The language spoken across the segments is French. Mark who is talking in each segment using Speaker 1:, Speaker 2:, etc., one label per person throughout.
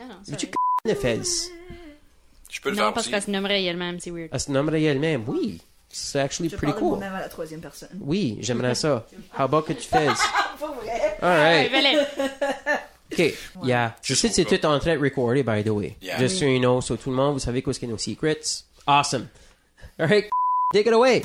Speaker 1: Ah non,
Speaker 2: Mais tu
Speaker 1: sorry.
Speaker 2: connais Fez.
Speaker 3: Je peux le
Speaker 1: Non,
Speaker 3: faire
Speaker 1: parce
Speaker 3: aussi.
Speaker 1: qu'elle se nommerait elle-même, c'est weird.
Speaker 2: Elle se nommerait elle-même. Oui. C'est actually
Speaker 4: Je
Speaker 2: pretty
Speaker 4: parle de
Speaker 2: cool.
Speaker 4: moi-même à la troisième personne.
Speaker 2: Oui, j'aimerais ça. How about que tu fais?
Speaker 4: Ah, Pas vrai.
Speaker 1: Ouais,
Speaker 2: Alright.
Speaker 1: Valet.
Speaker 2: OK. Yeah. Je sais que c'est tout en train de recorder, by the way.
Speaker 3: Yeah.
Speaker 2: Just so you know. So tout le monde, vous savez qu'est-ce qu'il y a nos secrets. Awesome. Alright. Take it away.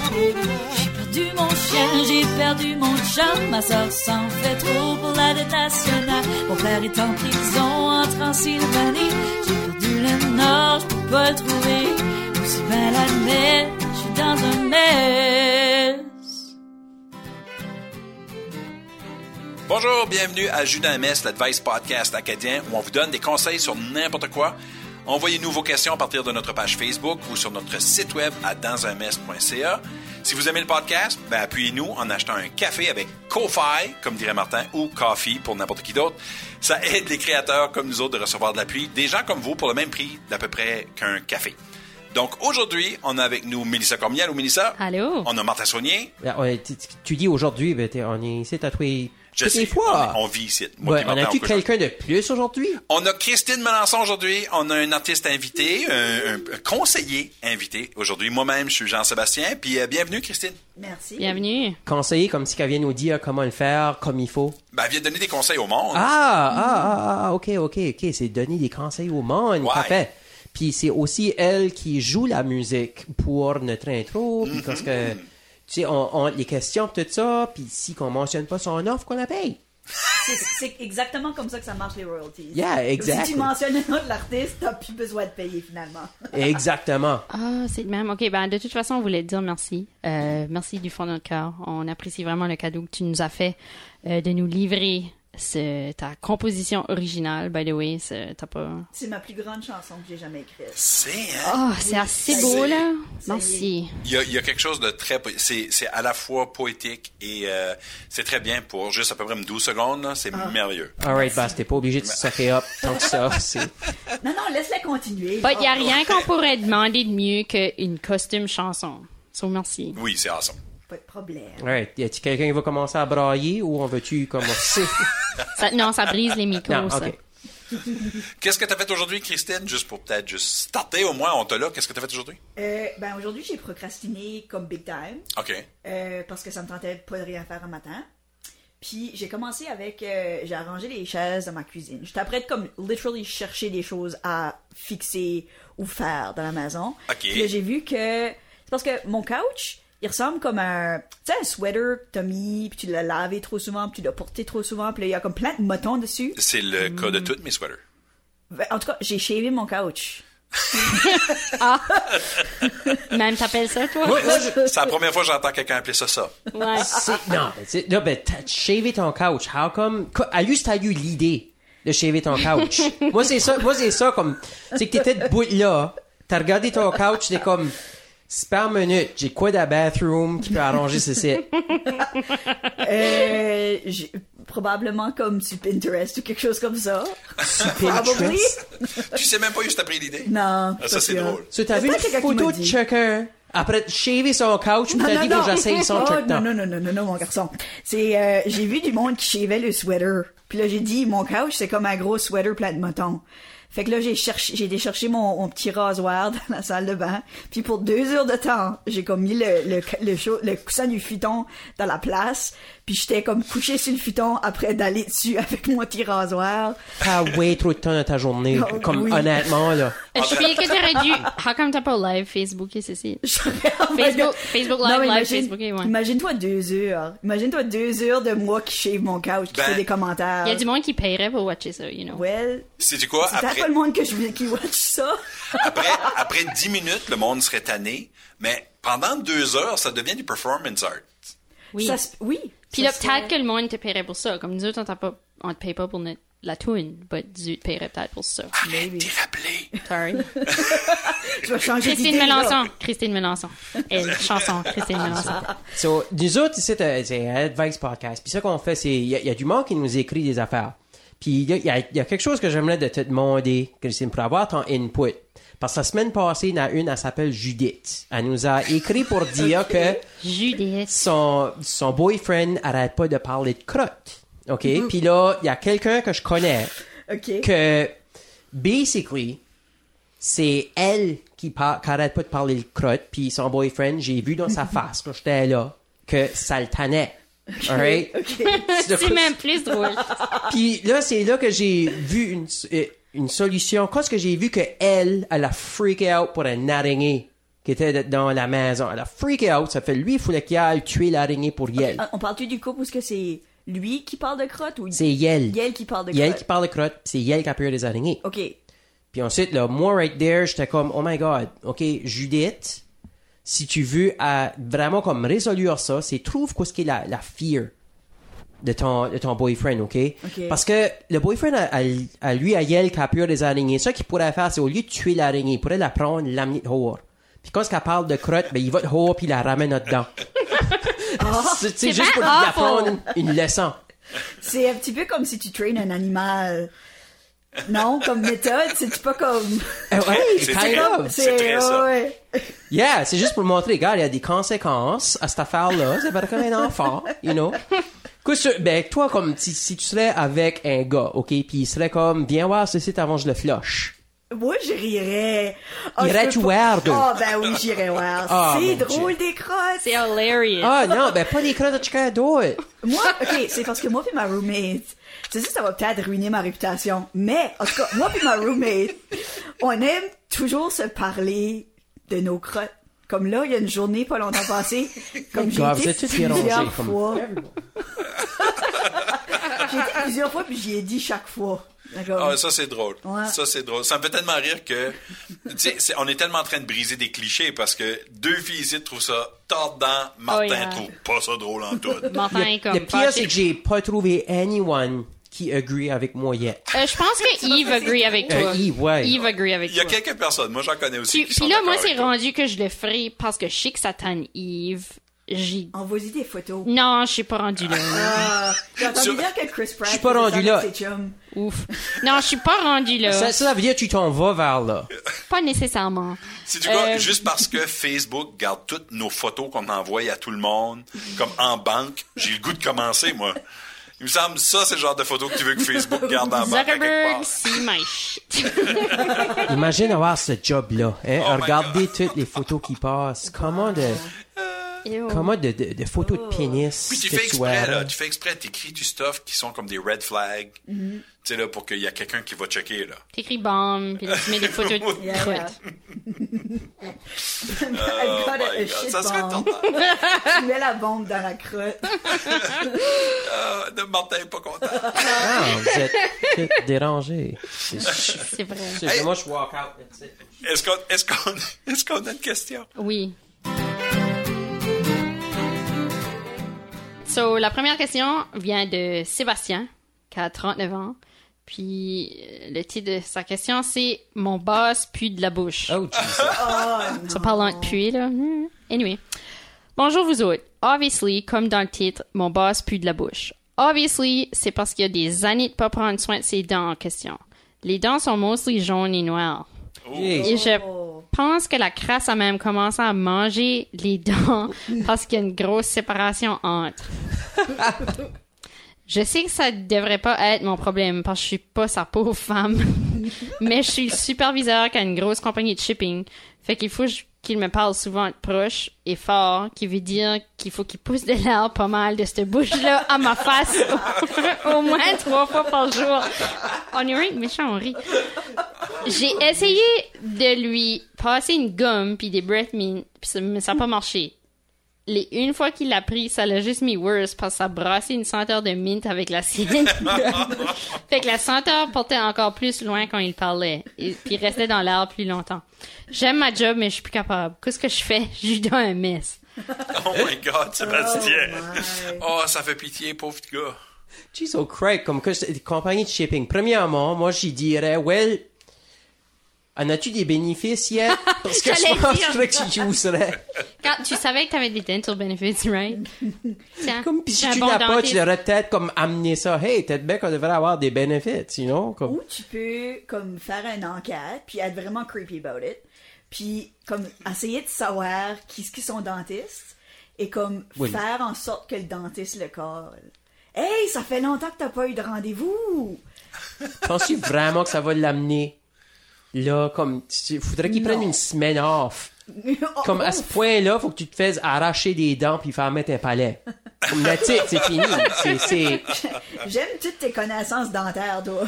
Speaker 5: perdu mon chien, j'ai perdu mon chat. Ma soeur s'en fait trop pour la dette nationale. Mon frère est en prison en Transylvanie. J'ai perdu le nord, je peux pas le trouver. Aussi bien l'admettre, je suis dans un mess.
Speaker 3: Bonjour, bienvenue à Jus dans la messe, l'Advice Podcast acadien, où on vous donne des conseils sur n'importe quoi. Envoyez-nous vos questions à partir de notre page Facebook ou sur notre site web à dansunmess.ca. Si vous aimez le podcast, ben appuyez-nous en achetant un café avec Ko-Fi, comme dirait Martin, ou Coffee pour n'importe qui d'autre. Ça aide les créateurs comme nous autres de recevoir de l'appui des gens comme vous pour le même prix d'à peu près qu'un café. Donc aujourd'hui, on a avec nous Mélissa Cormiel ou Mélissa.
Speaker 1: Allô?
Speaker 3: On a Martin Saunier.
Speaker 2: Yeah, ouais, tu- tu- Tu dis aujourd'hui, ben, t'es- on est ici tatoué
Speaker 3: Je
Speaker 2: toutes
Speaker 3: sais,
Speaker 2: les fois.
Speaker 3: on, on vit ici. Moi
Speaker 2: Ouais,
Speaker 3: puis
Speaker 2: on
Speaker 3: Martin,
Speaker 2: a-tu
Speaker 3: peut jaser.
Speaker 2: quelqu'un de plus aujourd'hui?
Speaker 3: On a Christine Melançon aujourd'hui. On a un artiste invité, un, un- un conseiller invité aujourd'hui. Moi-même, je suis Jean-Sébastien. Puis euh, bienvenue, Christine.
Speaker 4: Merci.
Speaker 1: Bienvenue.
Speaker 2: Conseiller comme si qu'elle vient nous dire comment le faire, comme il faut.
Speaker 3: Ben, elle vient de donner des conseils au monde.
Speaker 2: Ah, ah, ah, ah, ok, ok, ok. C'est donner des conseils au monde.
Speaker 3: Ouais.
Speaker 2: Parfait. Puis c'est aussi elle qui joue la musique pour notre intro. Puis parce que, tu sais, on, on- les questions, tout ça. Puis si qu'on mentionne pas son offre, qu'on la paye.
Speaker 4: C'est- C'est exactement comme ça que ça marche les royalties.
Speaker 2: Yeah,
Speaker 4: Si
Speaker 2: exactly.
Speaker 4: tu mentionnes le nom de l'artiste, t'as plus besoin de payer finalement.
Speaker 2: Exactement.
Speaker 1: Ah, c'est de même. OK, ben de toute façon, on voulait te dire merci. Euh, merci du fond de notre cœur. On apprécie vraiment le cadeau que tu nous as fait euh, de nous livrer ce- ta composition originale, by the way. ce- T'as pas...
Speaker 4: C'est ma plus grande chanson que j'ai jamais écrite.
Speaker 3: C'est, hein?
Speaker 1: Oh, c'est assez beau, là. Merci.
Speaker 3: Il y a, il y a quelque chose de très... po- C'est, c'est à la fois poétique et euh, c'est très bien pour juste à peu près 12 secondes. là. C'est merveilleux.
Speaker 2: Alright, bah, t'es pas obligé de sucker up tant que ça. C'est...
Speaker 4: Non, non, laisse-la continuer. Oh,
Speaker 1: Il n'y a
Speaker 2: Oh.
Speaker 1: rien qu'on pourrait demander de mieux qu'une costume chanson. So, merci.
Speaker 3: Oui, c'est awesome.
Speaker 4: Pas de problème.
Speaker 2: Alright, y a-tu quelqu'un qui va commencer à brailler ou on veut-tu commencer?
Speaker 1: Ça- non, ça brise les micros,
Speaker 2: non,
Speaker 1: ça.
Speaker 2: ok.
Speaker 3: Qu'est-ce que t'as fait aujourd'hui, Christine? Juste pour peut-être juste starter au moins, on te l'a. Qu'est-ce que t'as fait aujourd'hui?
Speaker 4: Euh, ben aujourd'hui, j'ai procrastiné comme big time
Speaker 3: OK.
Speaker 4: euh, parce que ça me tentait pas de rien faire un matin. Puis j'ai commencé avec euh, j'ai arrangé les chaises dans ma cuisine. J'étais prête comme literally chercher des choses à fixer ou faire dans la maison.
Speaker 3: Ok.
Speaker 4: Puis là, j'ai vu que c'est parce que mon couch il ressemble comme un tu sais un sweater que t'as mis puis tu l'as lavé trop souvent puis tu l'as porté trop souvent puis là, il y a comme plein de motons dessus.
Speaker 3: C'est le cas de toutes mes sweaters.
Speaker 4: Ben, En tout cas, j'ai shavé mon couch.
Speaker 1: Même t'appelles ça, toi?
Speaker 3: C'est la première fois que j'entends quelqu'un appeler ça ça.
Speaker 1: Ouais.
Speaker 2: C'est- Ah, non, mais c'est- là, ben, t'as shavé ton couch. How come? co- À juste, t'as eu l'idée de shaver ton couch. moi, c'est ça, moi, c'est ça, comme, c'est que t'étais debout là, t'as regardé ton couch, t'es comme, c'est par minute, j'ai quoi de la bathroom qui peut arranger ceci?
Speaker 4: Euh, j'ai- probablement comme sur Pinterest ou quelque chose comme ça. Probably.
Speaker 3: tu sais même pas où t'as pris l'idée? Ah,
Speaker 4: Non.
Speaker 3: ça, c'est
Speaker 4: sûr.
Speaker 3: drôle.
Speaker 2: Tu t'as vu
Speaker 4: Peut-être
Speaker 2: une
Speaker 4: quelqu'un qui m'a
Speaker 2: photo de
Speaker 4: dit.
Speaker 2: chacun après shaver son couch, puis t'as dit que j'essaye son
Speaker 4: Oh,
Speaker 2: truc
Speaker 4: non, non, non, non, non, non, mon garçon. C'est, euh, j'ai vu du monde qui chévait le sweater. Puis là, j'ai dit, mon couch, c'est comme un gros sweater plein de motons. Fait que là, j'ai cherché, j'ai été chercher mon, mon petit rasoir dans la salle de bain. Puis pour deux heures de temps, j'ai comme mis le, le, le, chau- le coussin du futon dans la place. Puis j'étais comme couché sur le futon après d'aller dessus avec mon petit rasoir.
Speaker 2: T'as way trop de temps dans ta journée,
Speaker 4: Oh,
Speaker 2: comme,
Speaker 4: oui.
Speaker 2: honnêtement, là.
Speaker 1: Je feel que t'aurais dû... How come t'as pas live Facebook et ceci? Facebook- Facebook Live,
Speaker 4: mais
Speaker 1: live Facebook, et ouais.
Speaker 4: Imagine-toi deux heures. Imagine-toi deux heures de moi qui shave mon couch, qui
Speaker 3: Ben.
Speaker 4: fait des commentaires.
Speaker 1: Il y
Speaker 2: Euh,
Speaker 1: a du monde qui paierait pour watcher ça, you know.
Speaker 4: Well,
Speaker 3: Sais-tu
Speaker 2: Ah,
Speaker 3: quoi?
Speaker 4: c'est peut-être
Speaker 3: Après-
Speaker 4: pas le monde que je veux qui watch ça.
Speaker 3: Après, après 10 minutes, le monde serait tanné, mais pendant deux heures, ça devient du performance art.
Speaker 1: Oui.
Speaker 4: Ça se- oui.
Speaker 1: Puis
Speaker 4: ça
Speaker 1: là,
Speaker 4: serait-
Speaker 1: peut-être que le monde te paierait pour ça. Comme nous autres, on, t'a pas, on te paye pas pour notre- la toune, mais tu te paierais peut-être pour ça.
Speaker 3: Arrête d'y rappeler.
Speaker 1: Sorry.
Speaker 4: Je vais changer
Speaker 1: Christine
Speaker 4: d'idée, là.
Speaker 1: Melançon. Christine Melançon. Elle, chanson, Christine
Speaker 2: Ah,
Speaker 1: Melançon.
Speaker 2: So, nous autres, ici, t'as- c'est Advice Podcast. Puis ça qu'on fait, c'est, il y, a- y a du monde qui nous écrit des affaires. Puis il y a, y a- y a quelque chose que j'aimerais de te demander, Christine, pour avoir ton input. Parce que la semaine passée, il y en a une, elle s'appelle Judith. Elle nous a écrit pour dire que
Speaker 1: Judith.
Speaker 2: son, son boyfriend arrête pas de parler de crotte. OK? Puis là, il y a quelqu'un que je connais
Speaker 4: OK.
Speaker 2: que, basically, c'est elle qui, par- qui arrête pas de parler de crotte, puis son boyfriend, j'ai vu dans sa face, quand j'étais là, que ça le tannait. Alright?
Speaker 1: C'est même plus drôle.
Speaker 2: Puis là, c'est là que j'ai vu une, euh, une solution. Quand est-ce que j'ai vu que elle, elle a freaké out pour une araignée qui était de- dans la maison. Elle a freaké out. Ça fait lui, il fallait qu'il aille tuer l'araignée pour Yel.
Speaker 4: Ah, On parle-tu du couple où est-ce que c'est lui qui parle de crotte ou
Speaker 2: C'est Yel.
Speaker 4: Yel qui parle de
Speaker 2: Yel
Speaker 4: crotte?
Speaker 2: qui parle de crotte, puis c'est Yel qui a peur des araignées.
Speaker 4: OK.
Speaker 2: Puis ensuite, là, moi, right there, j'étais comme, oh my god, ok, Judith, si tu veux euh, vraiment comme résoudre ça, c'est trouve qu'est-ce qu'est la, la fear de ton, de ton boyfriend, ok?
Speaker 4: Ok.
Speaker 2: Parce que le boyfriend, à, à- à lui, à elle, qui a peur des araignées, ça qu'il pourrait faire, c'est au lieu de tuer l'araignée, il pourrait la prendre, l'amener dehors. Puis quand elle parle de crotte, ben, il va dehors puis il la ramène dedans. c'est c'est
Speaker 1: bien
Speaker 2: juste pour lui apprendre
Speaker 1: awful.
Speaker 2: une leçon.
Speaker 4: C'est un petit peu comme si tu traînes un animal. Non, comme méthode, c'est pas comme.
Speaker 2: Eh ouais,
Speaker 3: C'est
Speaker 2: kind
Speaker 3: très-
Speaker 2: of.
Speaker 3: C'est très ça.
Speaker 4: ouais.
Speaker 2: Yeah, c'est juste pour montrer, regarde, il y a des conséquences à cette affaire-là. C'est pas comme un enfant, you know. Que ce- ben, toi, comme, si, si tu serais avec un gars, ok, puis il serait comme, viens voir ce site avant que je le flush.
Speaker 4: Moi, je rirais. Ah,
Speaker 2: Irais-tu
Speaker 4: je peux pas-
Speaker 2: voir, donc?
Speaker 4: Ah, ben oui, j'irais voir.
Speaker 2: Ah,
Speaker 4: c'est
Speaker 2: mon
Speaker 4: drôle des crottes.
Speaker 1: C'est hilarious.
Speaker 2: Ah, non, ben, pas des crottes de chicken d'eau.
Speaker 4: Moi, ok, c'est parce que moi puis ma roommate, tu sais, ça va peut-être ruiner ma réputation, mais en tout cas, moi puis ma roommate, on aime toujours se parler de nos crottes. Comme là, il y a une journée pas longtemps passée, comme j'ai
Speaker 2: God, vous
Speaker 4: été
Speaker 2: êtes tous dérangés,
Speaker 4: plusieurs
Speaker 2: comme-
Speaker 4: fois. j'ai été plusieurs fois puis j'y ai dit chaque fois. euh, D'accord.
Speaker 3: Ah, ça c'est drôle.
Speaker 4: Ouais.
Speaker 3: Ça c'est drôle. Ça me fait tellement rire que tu sais, c'est- on est tellement en train de briser des clichés parce que deux filles ici trouvent ça tordant,
Speaker 4: Oh,
Speaker 3: Martin
Speaker 1: yeah.
Speaker 3: trouve pas ça drôle en tout.
Speaker 1: Martin est comme.
Speaker 2: Le pire, c'est que j'ai pas trouvé anyone qui agree avec moi yet.
Speaker 1: Euh, je pense que Yves agree avec
Speaker 2: Euh,
Speaker 1: toi.
Speaker 2: Yves, ouais.
Speaker 1: Yves agree avec
Speaker 3: Il y a
Speaker 1: toi.
Speaker 3: quelques personnes, moi j'en connais aussi.
Speaker 1: Puis,
Speaker 3: qui
Speaker 1: puis
Speaker 3: sont
Speaker 1: là,
Speaker 3: d'accord
Speaker 1: moi,
Speaker 3: avec
Speaker 1: c'est
Speaker 3: toi.
Speaker 1: rendu que je le ferai parce que je sais que ça tanne Yves. J'ai...
Speaker 4: Envoie-y des photos.
Speaker 1: Non, je suis pas rendu là.
Speaker 4: Ah, J'ai entendu
Speaker 3: Mm. Sur-
Speaker 4: dire que Chris Pratt.
Speaker 2: Je suis pas
Speaker 4: faisait ça
Speaker 2: rendu
Speaker 4: avec
Speaker 2: là.
Speaker 4: ses chums.
Speaker 1: Ouf. Non, je suis pas rendu là.
Speaker 2: Ça, ça veut dire que tu t'en vas vers là.
Speaker 1: Pas nécessairement.
Speaker 3: C'est du gars,
Speaker 1: Euh,
Speaker 3: juste parce que Facebook garde toutes nos photos qu'on envoie à tout le monde, comme en banque, j'ai le goût de commencer, moi. Il me semble, ça, c'est le genre de photo que tu veux que Facebook garde en banque. à quelque
Speaker 1: Zuckerberg,
Speaker 3: part.
Speaker 1: see my shit.
Speaker 2: Imagine avoir ce job-là, hein,
Speaker 3: Oh
Speaker 2: à
Speaker 3: my
Speaker 2: regarder toutes les photos qui passent. Comment de,
Speaker 1: Ew.
Speaker 2: comment de, de, de photos de pénis
Speaker 3: Puis tu
Speaker 2: que
Speaker 3: fais exprès,
Speaker 2: as,
Speaker 3: là.
Speaker 2: hein.
Speaker 3: Tu fais exprès, t'écris du stuff qui sont comme des red flags. Tu sais, là, pour qu'il y a quelqu'un qui va checker, là.
Speaker 1: T'écris bombe, puis là, tu mets des photos de
Speaker 4: Yeah, yeah.
Speaker 1: crottes.
Speaker 4: I've
Speaker 3: Oh
Speaker 4: got a- a
Speaker 3: my God,
Speaker 4: Ah, shit
Speaker 3: ça serait
Speaker 4: bomb.
Speaker 3: tordant.
Speaker 4: Tu mets la bombe dans la crotte.
Speaker 3: Ah, de Martin est pas content.
Speaker 2: Ah, vous êtes tout dérangé. C'est
Speaker 1: C'est vrai.
Speaker 2: Moi, je walk out. that's it.
Speaker 3: Est-ce qu'on est-ce qu'on est-ce qu'on a une question?
Speaker 1: Oui. So, la première question vient de Sébastien, qui a 39 ans. Puis, euh, le titre de sa question, c'est « Mon boss pue de la bouche ».
Speaker 2: Oh, Jesus.
Speaker 1: Ça parlant de puer, là. Hmm. Anyway. Bonjour, vous autres. Obviously, comme dans le titre, mon boss pue de la bouche. Obviously, c'est parce qu'il y a des années de pas prendre soin de ses dents en question. Les dents sont mostly jaunes et noires. Et je pense que la crasse a même commencé à manger les dents parce qu'il y a une grosse séparation entre. Je sais que ça devrait pas être mon problème parce que je suis pas sa pauvre femme, mais je suis le superviseur qui a une grosse compagnie de shipping, fait qu'il faut que je- qu'il me parle souvent de proche et fort, qui veut dire qu'il faut qu'il pousse de l'air pas mal de cette bouche-là à ma face au moins trois fois par jour. On est rien que méchant, on rit. J'ai essayé de lui passer une gomme puis des breath mints, puis ça- mais ça n'a pas marché. Les une fois qu'il l'a pris, ça l'a juste mis worse parce que ça brassait une senteur de mint avec la sienne. fait que la senteur portait encore plus loin quand il parlait et puis restait dans l'air plus longtemps. J'aime ma job mais je suis plus capable. Qu'est-ce que je fais Je lui donne un mess.
Speaker 3: Oh my God, Sébastien!
Speaker 4: my.
Speaker 3: Oh, ça fait pitié, pauvre petit gars.
Speaker 2: Jeez, oh, Craig, comme que c'est- compagnie de shipping. Premièrement, moi, j'y dirais, well, en as-tu des bénéfices yet? Parce que je
Speaker 1: J'allais
Speaker 2: pense
Speaker 1: dire.
Speaker 2: que tu y serais.
Speaker 1: Quand regarde, tu savais que t'avais des dental benefits, right? Tiens,
Speaker 2: Comme pis
Speaker 1: j'ai
Speaker 2: si
Speaker 1: un
Speaker 2: tu
Speaker 1: bon
Speaker 2: l'as pas, tu
Speaker 1: dentiste.
Speaker 2: devrais peut-être comme amener ça. Hey, peut-être bien qu'on devrait avoir des bénéfices, you know? Comme...
Speaker 4: Ou tu peux comme faire une enquête, puis être vraiment creepy about it, puis comme essayer de savoir qui ce qui sont dentistes et comme
Speaker 2: Oui.
Speaker 4: faire en sorte que le dentiste le colle. Hey, ça fait longtemps que t'as pas eu de rendez-vous.
Speaker 2: Penses-tu vraiment que ça va l'amener? Là, comme, il faudrait qu'il
Speaker 4: Non.
Speaker 2: prenne une semaine off.
Speaker 4: Oh,
Speaker 2: Comme à
Speaker 4: ouf.
Speaker 2: ce point-là, faut que tu te fasses arracher des dents puis faire mettre un palais. Comme that's it, c'est fini. C'est, c'est...
Speaker 4: oh! J'aime toutes tes connaissances dentaires, toi.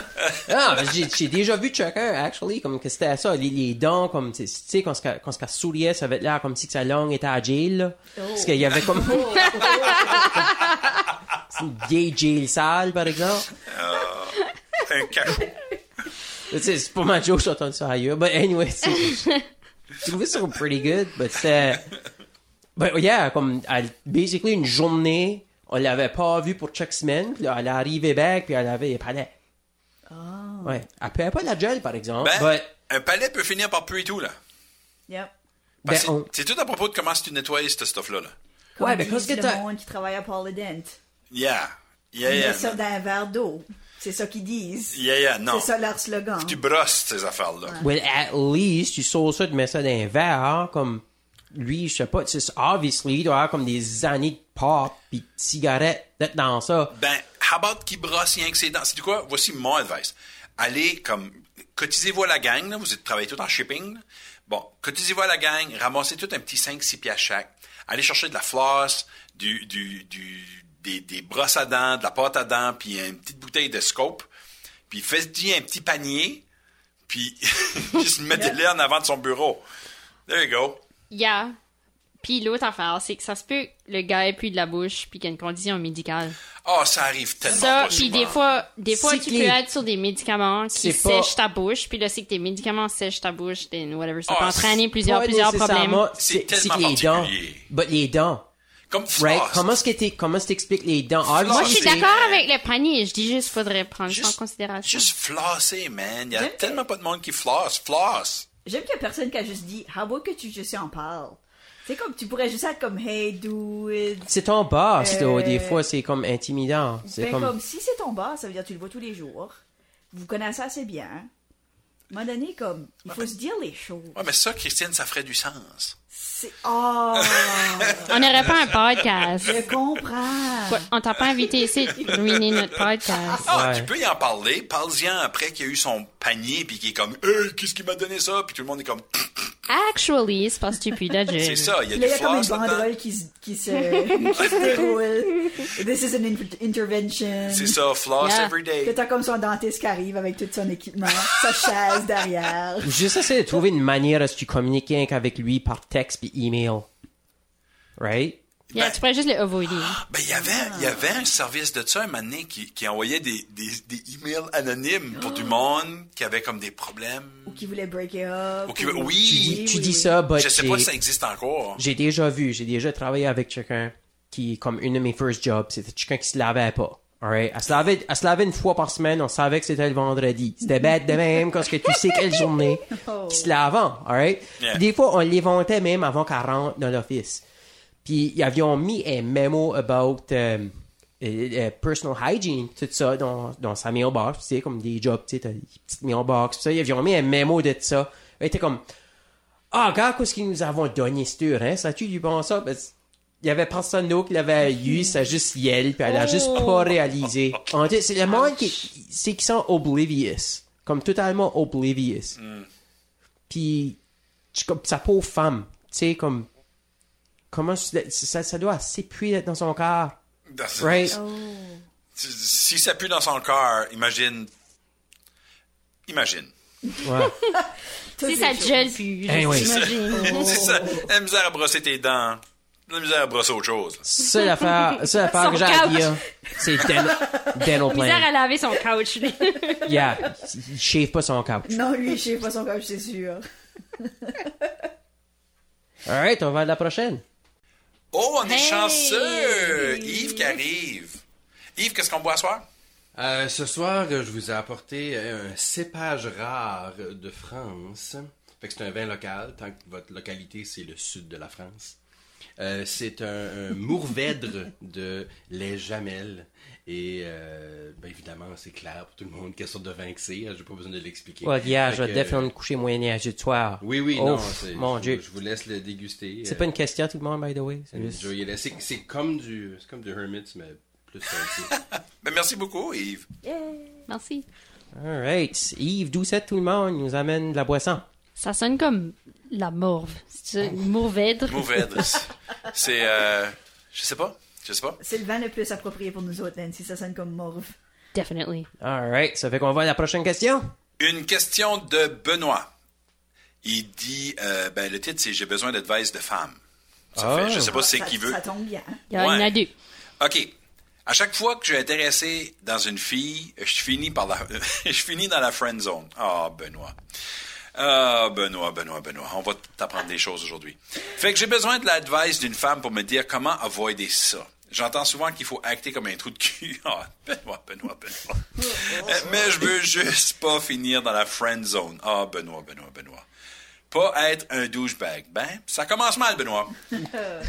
Speaker 2: Ah, ben, j'ai, j'ai déjà vu chacun, actually, comme que c'était ça, les, les dents, comme, tu sais, tu sais, quand ce qu'elle- quand ce qu'elle souriait, ça avait l'air comme si que sa langue était agile, là. Parce qu'il y avait comme... C'est une vieille jail sale, par exemple.
Speaker 3: Un cachot.
Speaker 2: Tu sais, C'est pas ma joke, j'ai entendu ça ailleurs. But anyway, c'est... Je trouvais ça pretty good, but c'est... But yeah, comme, elle, basically, une journée, on l'avait pas vue pour chaque semaine, puis là, elle est arrivée back, puis elle avait les palais.
Speaker 1: Oh.
Speaker 2: Ouais. Elle payait pas la gel, par exemple,
Speaker 3: Ben,
Speaker 2: but...
Speaker 3: un palais peut finir par puer tout, là.
Speaker 4: Yep.
Speaker 3: Parce
Speaker 2: Ben,
Speaker 3: que
Speaker 2: on-
Speaker 3: C'est tout à propos de comment tu nettoies ce stuff-là. Là.
Speaker 4: Comme
Speaker 2: Ouais, mais qu'est-ce
Speaker 4: disent
Speaker 2: que t'as-
Speaker 4: le monde qui travaille à Paul Dent.
Speaker 3: Yeah. Yeah,
Speaker 4: Ils
Speaker 3: yeah.
Speaker 4: mettent ça dans un verre d'eau. C'est ça qu'ils disent.
Speaker 3: Yeah, yeah, non.
Speaker 4: C'est ça leur slogan.
Speaker 3: Tu brosses ces affaires-là.
Speaker 2: Well, at least, tu sors ça, tu mets ça dans un verre, comme, lui, je sais pas, c'est obviously, il doit avoir comme des années de pop pis de cigarettes d'être dans ça.
Speaker 3: Ben, how about qui brosse rien que ses dents? C'est quoi? Voici mon advice. Allez, comme, cotisez-vous à la gang, là. Vous êtes travaillez tout en shipping, là. Bon, cotisez-vous à la gang, ramassez tout un petit 5-6 piastres chaque. Allez chercher de la floss, du, du, du, des, des brosses à dents, de la pâte à dents, puis une petite bouteille de scope. Puis faites-y un petit panier, puis juste mettez-le en avant de son bureau. There you go.
Speaker 1: Yeah. Puis l'autre affaire, c'est que ça se peut que le gars ait plus de la bouche puis qu'il y a une condition médicale.
Speaker 3: Ah, ça arrive tellement
Speaker 1: Ça,
Speaker 3: pas
Speaker 1: puis
Speaker 3: souvent.
Speaker 1: des fois, des fois
Speaker 2: C'est
Speaker 1: tu
Speaker 2: que
Speaker 1: peux
Speaker 2: les-
Speaker 1: être sur des médicaments qui
Speaker 2: C'est pas-
Speaker 1: sèchent ta bouche, puis là c'est que tes médicaments sèchent ta bouche, then whatever, ça
Speaker 3: Ah,
Speaker 1: peut
Speaker 2: C'est
Speaker 1: entraîner plusieurs
Speaker 2: pas
Speaker 1: plusieurs problèmes.
Speaker 2: nécessairement-
Speaker 3: C'est
Speaker 2: C'est c'est
Speaker 3: tellement
Speaker 2: que les dents.
Speaker 3: particulier.
Speaker 2: But les dents.
Speaker 3: Comme
Speaker 2: Right?
Speaker 3: floss.
Speaker 2: Comment est-ce que t'es- comment est-ce que t'expliques les dents?
Speaker 1: Moi,
Speaker 2: Obviously,
Speaker 1: je suis
Speaker 2: c'est-
Speaker 1: d'accord avec le panier. Je dis juste, faudrait prendre ça en considération.
Speaker 3: Juste flosser, man. Il y a
Speaker 4: J'aime-
Speaker 3: tellement pas de monde qui flosse. Floss.
Speaker 4: J'aime qu'il y a personne qui a juste dit How about que tu juste en parles? C'est comme tu pourrais juste être comme Hey dude.
Speaker 2: C'est ton boss,
Speaker 4: Euh,
Speaker 2: toi, Des fois, c'est comme intimidant. C'est
Speaker 4: Ben,
Speaker 2: comme...
Speaker 4: comme... si c'est ton boss, ça veut dire que tu le vois tous les jours. Vous connaissez assez bien. À un moment donné, comme, il faut se dire les choses.
Speaker 3: Ouais, mais ça, Christine, ça ferait du sens.
Speaker 4: C'est. Oh!
Speaker 1: On n'aurait pas un podcast.
Speaker 4: je comprends!
Speaker 1: Quoi, On t'a pas invité ici de ruiner notre podcast.
Speaker 3: Ah,
Speaker 2: Ouais.
Speaker 3: tu peux y en parler. Parle-y-en après qu'il y a eu son panier puis qu'il est comme, hey, qu'est-ce qui m'a donné ça? Puis tout le monde est comme,
Speaker 1: Actually, c'est parce que tu puis la
Speaker 2: Eh,
Speaker 3: c'est
Speaker 1: jeune.
Speaker 3: ça, il y a
Speaker 4: Là,
Speaker 3: du
Speaker 4: il y a comme une
Speaker 3: floss là-dedans.
Speaker 4: banderole qui se, qui se, qui se déroule. This is an in- intervention.
Speaker 3: C'est ça, floss
Speaker 1: Yeah.
Speaker 3: every
Speaker 4: Là,
Speaker 3: day.
Speaker 4: t'as comme son dentiste qui arrive avec tout son équipement, sa chaise derrière.
Speaker 2: Juste essayer de trouver une manière à ce que tu communiques rien qu'avec lui par texte puis email. Right?
Speaker 1: Yeah, tu pourrais juste le avoider.
Speaker 3: Ben, il y avait, il y avait un service de ça un moment donné qui, qui envoyait des, des, des emails anonymes pour du monde qui avait comme des problèmes.
Speaker 4: Ou qui voulait break it up.
Speaker 3: Ou qui-
Speaker 4: ou-
Speaker 3: oui.
Speaker 2: Tu dis,
Speaker 3: Oui,
Speaker 2: tu
Speaker 4: oui,
Speaker 2: dis
Speaker 4: oui.
Speaker 2: ça, but
Speaker 3: Je sais pas
Speaker 2: j'ai-
Speaker 3: si ça existe encore.
Speaker 2: J'ai déjà vu, j'ai déjà travaillé avec quelqu'un qui, comme une de mes first jobs, c'était quelqu'un qui se lavait pas. Alright? Elle se lavait, elle se lavait une fois par semaine, on savait que c'était le vendredi. C'était bête de même, parce que tu sais quelle journée qui se lavait, alright?
Speaker 3: Yeah.
Speaker 2: Puis Des fois, on l'éventait même avant qu'elle rentre dans l'office. Puis, ils avions mis un mémo about, euh, euh, euh, personal hygiene, tout ça, dans, dans sa mailbox, tu sais, comme des jobs, tu sais, t'as des petites mailbox, tout ça. Ils avaient mis un mémo de ça. Elle était comme, ah, regarde qu'est-ce qu'ils nous avons donné, sûr, hein? Ça tu du bon ça? Ben, c'est- il y avait personne d'autre qui l'avait eu, ça a juste Yel, puis elle a juste pas réalisé. En fait, c'est le monde qui, c'est qu'ils sont oblivious. Comme totalement oblivious. Puis, tu- comme sa pauvre femme, tu sais, comme, comment, tu- ça, ça doit s'épuiser dans son corps. Right?
Speaker 1: Oh.
Speaker 3: Si- Si ça pue dans son corps, imagine. Imagine.
Speaker 2: Ouais.
Speaker 4: Toutes
Speaker 1: Si
Speaker 4: les
Speaker 1: ça te
Speaker 4: choses.
Speaker 1: gèle, puis
Speaker 2: Anyway.
Speaker 1: j'imagine.
Speaker 3: C'est ça. La misère à brosser tes dents. La misère à brosser autre chose.
Speaker 2: Seule affaire, seule affaire que j'ai à
Speaker 1: couch.
Speaker 2: dire, c'est den- dental
Speaker 1: Misère à
Speaker 2: plan.
Speaker 1: laver son couch. lui.
Speaker 2: Yeah, il shave pas son couch.
Speaker 4: Non, lui, je sais pas son coach, c'est sûr.
Speaker 2: Alright, on va à la prochaine.
Speaker 3: Oh, on est
Speaker 1: Hey!
Speaker 3: chanceux! Yves qui arrive. Yves, qu'est-ce qu'on boit à soir?
Speaker 6: Euh, ce soir, euh, je vous ai apporté euh, un cépage rare de France. Fait que c'est un vin local, tant que votre localité, c'est le sud de la France. Euh, c'est un, un mourvèdre de les Jamelles. Et euh, ben, évidemment, c'est clair pour tout le monde quelle sorte de vin que c'est. hein, J'ai pas besoin de l'expliquer.
Speaker 2: Ouais, yeah,
Speaker 6: Fait
Speaker 2: je vais
Speaker 6: que- euh,
Speaker 2: défendre coucher moyen âge du soir.
Speaker 6: Oui, oui,
Speaker 2: Oh,
Speaker 6: non.
Speaker 2: pff,
Speaker 6: c'est-
Speaker 2: Mon
Speaker 6: je,
Speaker 2: Dieu.
Speaker 6: Je vous laisse le déguster.
Speaker 2: C'est
Speaker 6: euh,
Speaker 2: pas une question, tout le monde, by the way. C'est juste-
Speaker 6: enjoyez-le. C'est c'est comme du, c'est comme du Hermits, mais plus salty.
Speaker 3: Ben, merci beaucoup, Yves.
Speaker 1: Merci.
Speaker 2: All right. Yves Doucette, tout le monde, nous amène de la boisson.
Speaker 1: Ça sonne comme la morve. C'est une mourvèdre.
Speaker 3: Mauvais. c'est. Euh, je sais pas. Je sais pas.
Speaker 4: C'est le vent le plus approprié pour nous autres, Nancy. Ça sonne comme morve.
Speaker 1: Definitely.
Speaker 2: All right. Ça fait qu'on va à la prochaine question.
Speaker 3: Une question de Benoît. Il dit euh, ben, le titre, c'est J'ai besoin d'advice de femme. Ça
Speaker 2: Ah.
Speaker 3: fait, je sais pas c'est
Speaker 4: Ça-
Speaker 3: qui veut.
Speaker 4: Ça tombe bien.
Speaker 1: Il y en
Speaker 3: Ouais.
Speaker 1: a deux.
Speaker 3: OK. À chaque fois que je suis intéressé dans une fille, je finis par la, je finis dans la friend zone. Ah, Benoît. Ah, Benoît, Benoît, Benoît. On va t'apprendre des choses aujourd'hui. Fait que j'ai besoin de l'advice d'une femme pour me dire comment avoider ça. J'entends souvent qu'il faut acter comme un trou de cul. Ah, Benoît, Benoît, Benoît. Euh, Mais je veux juste pas finir dans la friend zone. Ah, Benoît, Benoît, Benoît. Pas être un douchebag. Ben, ça commence mal, Benoît.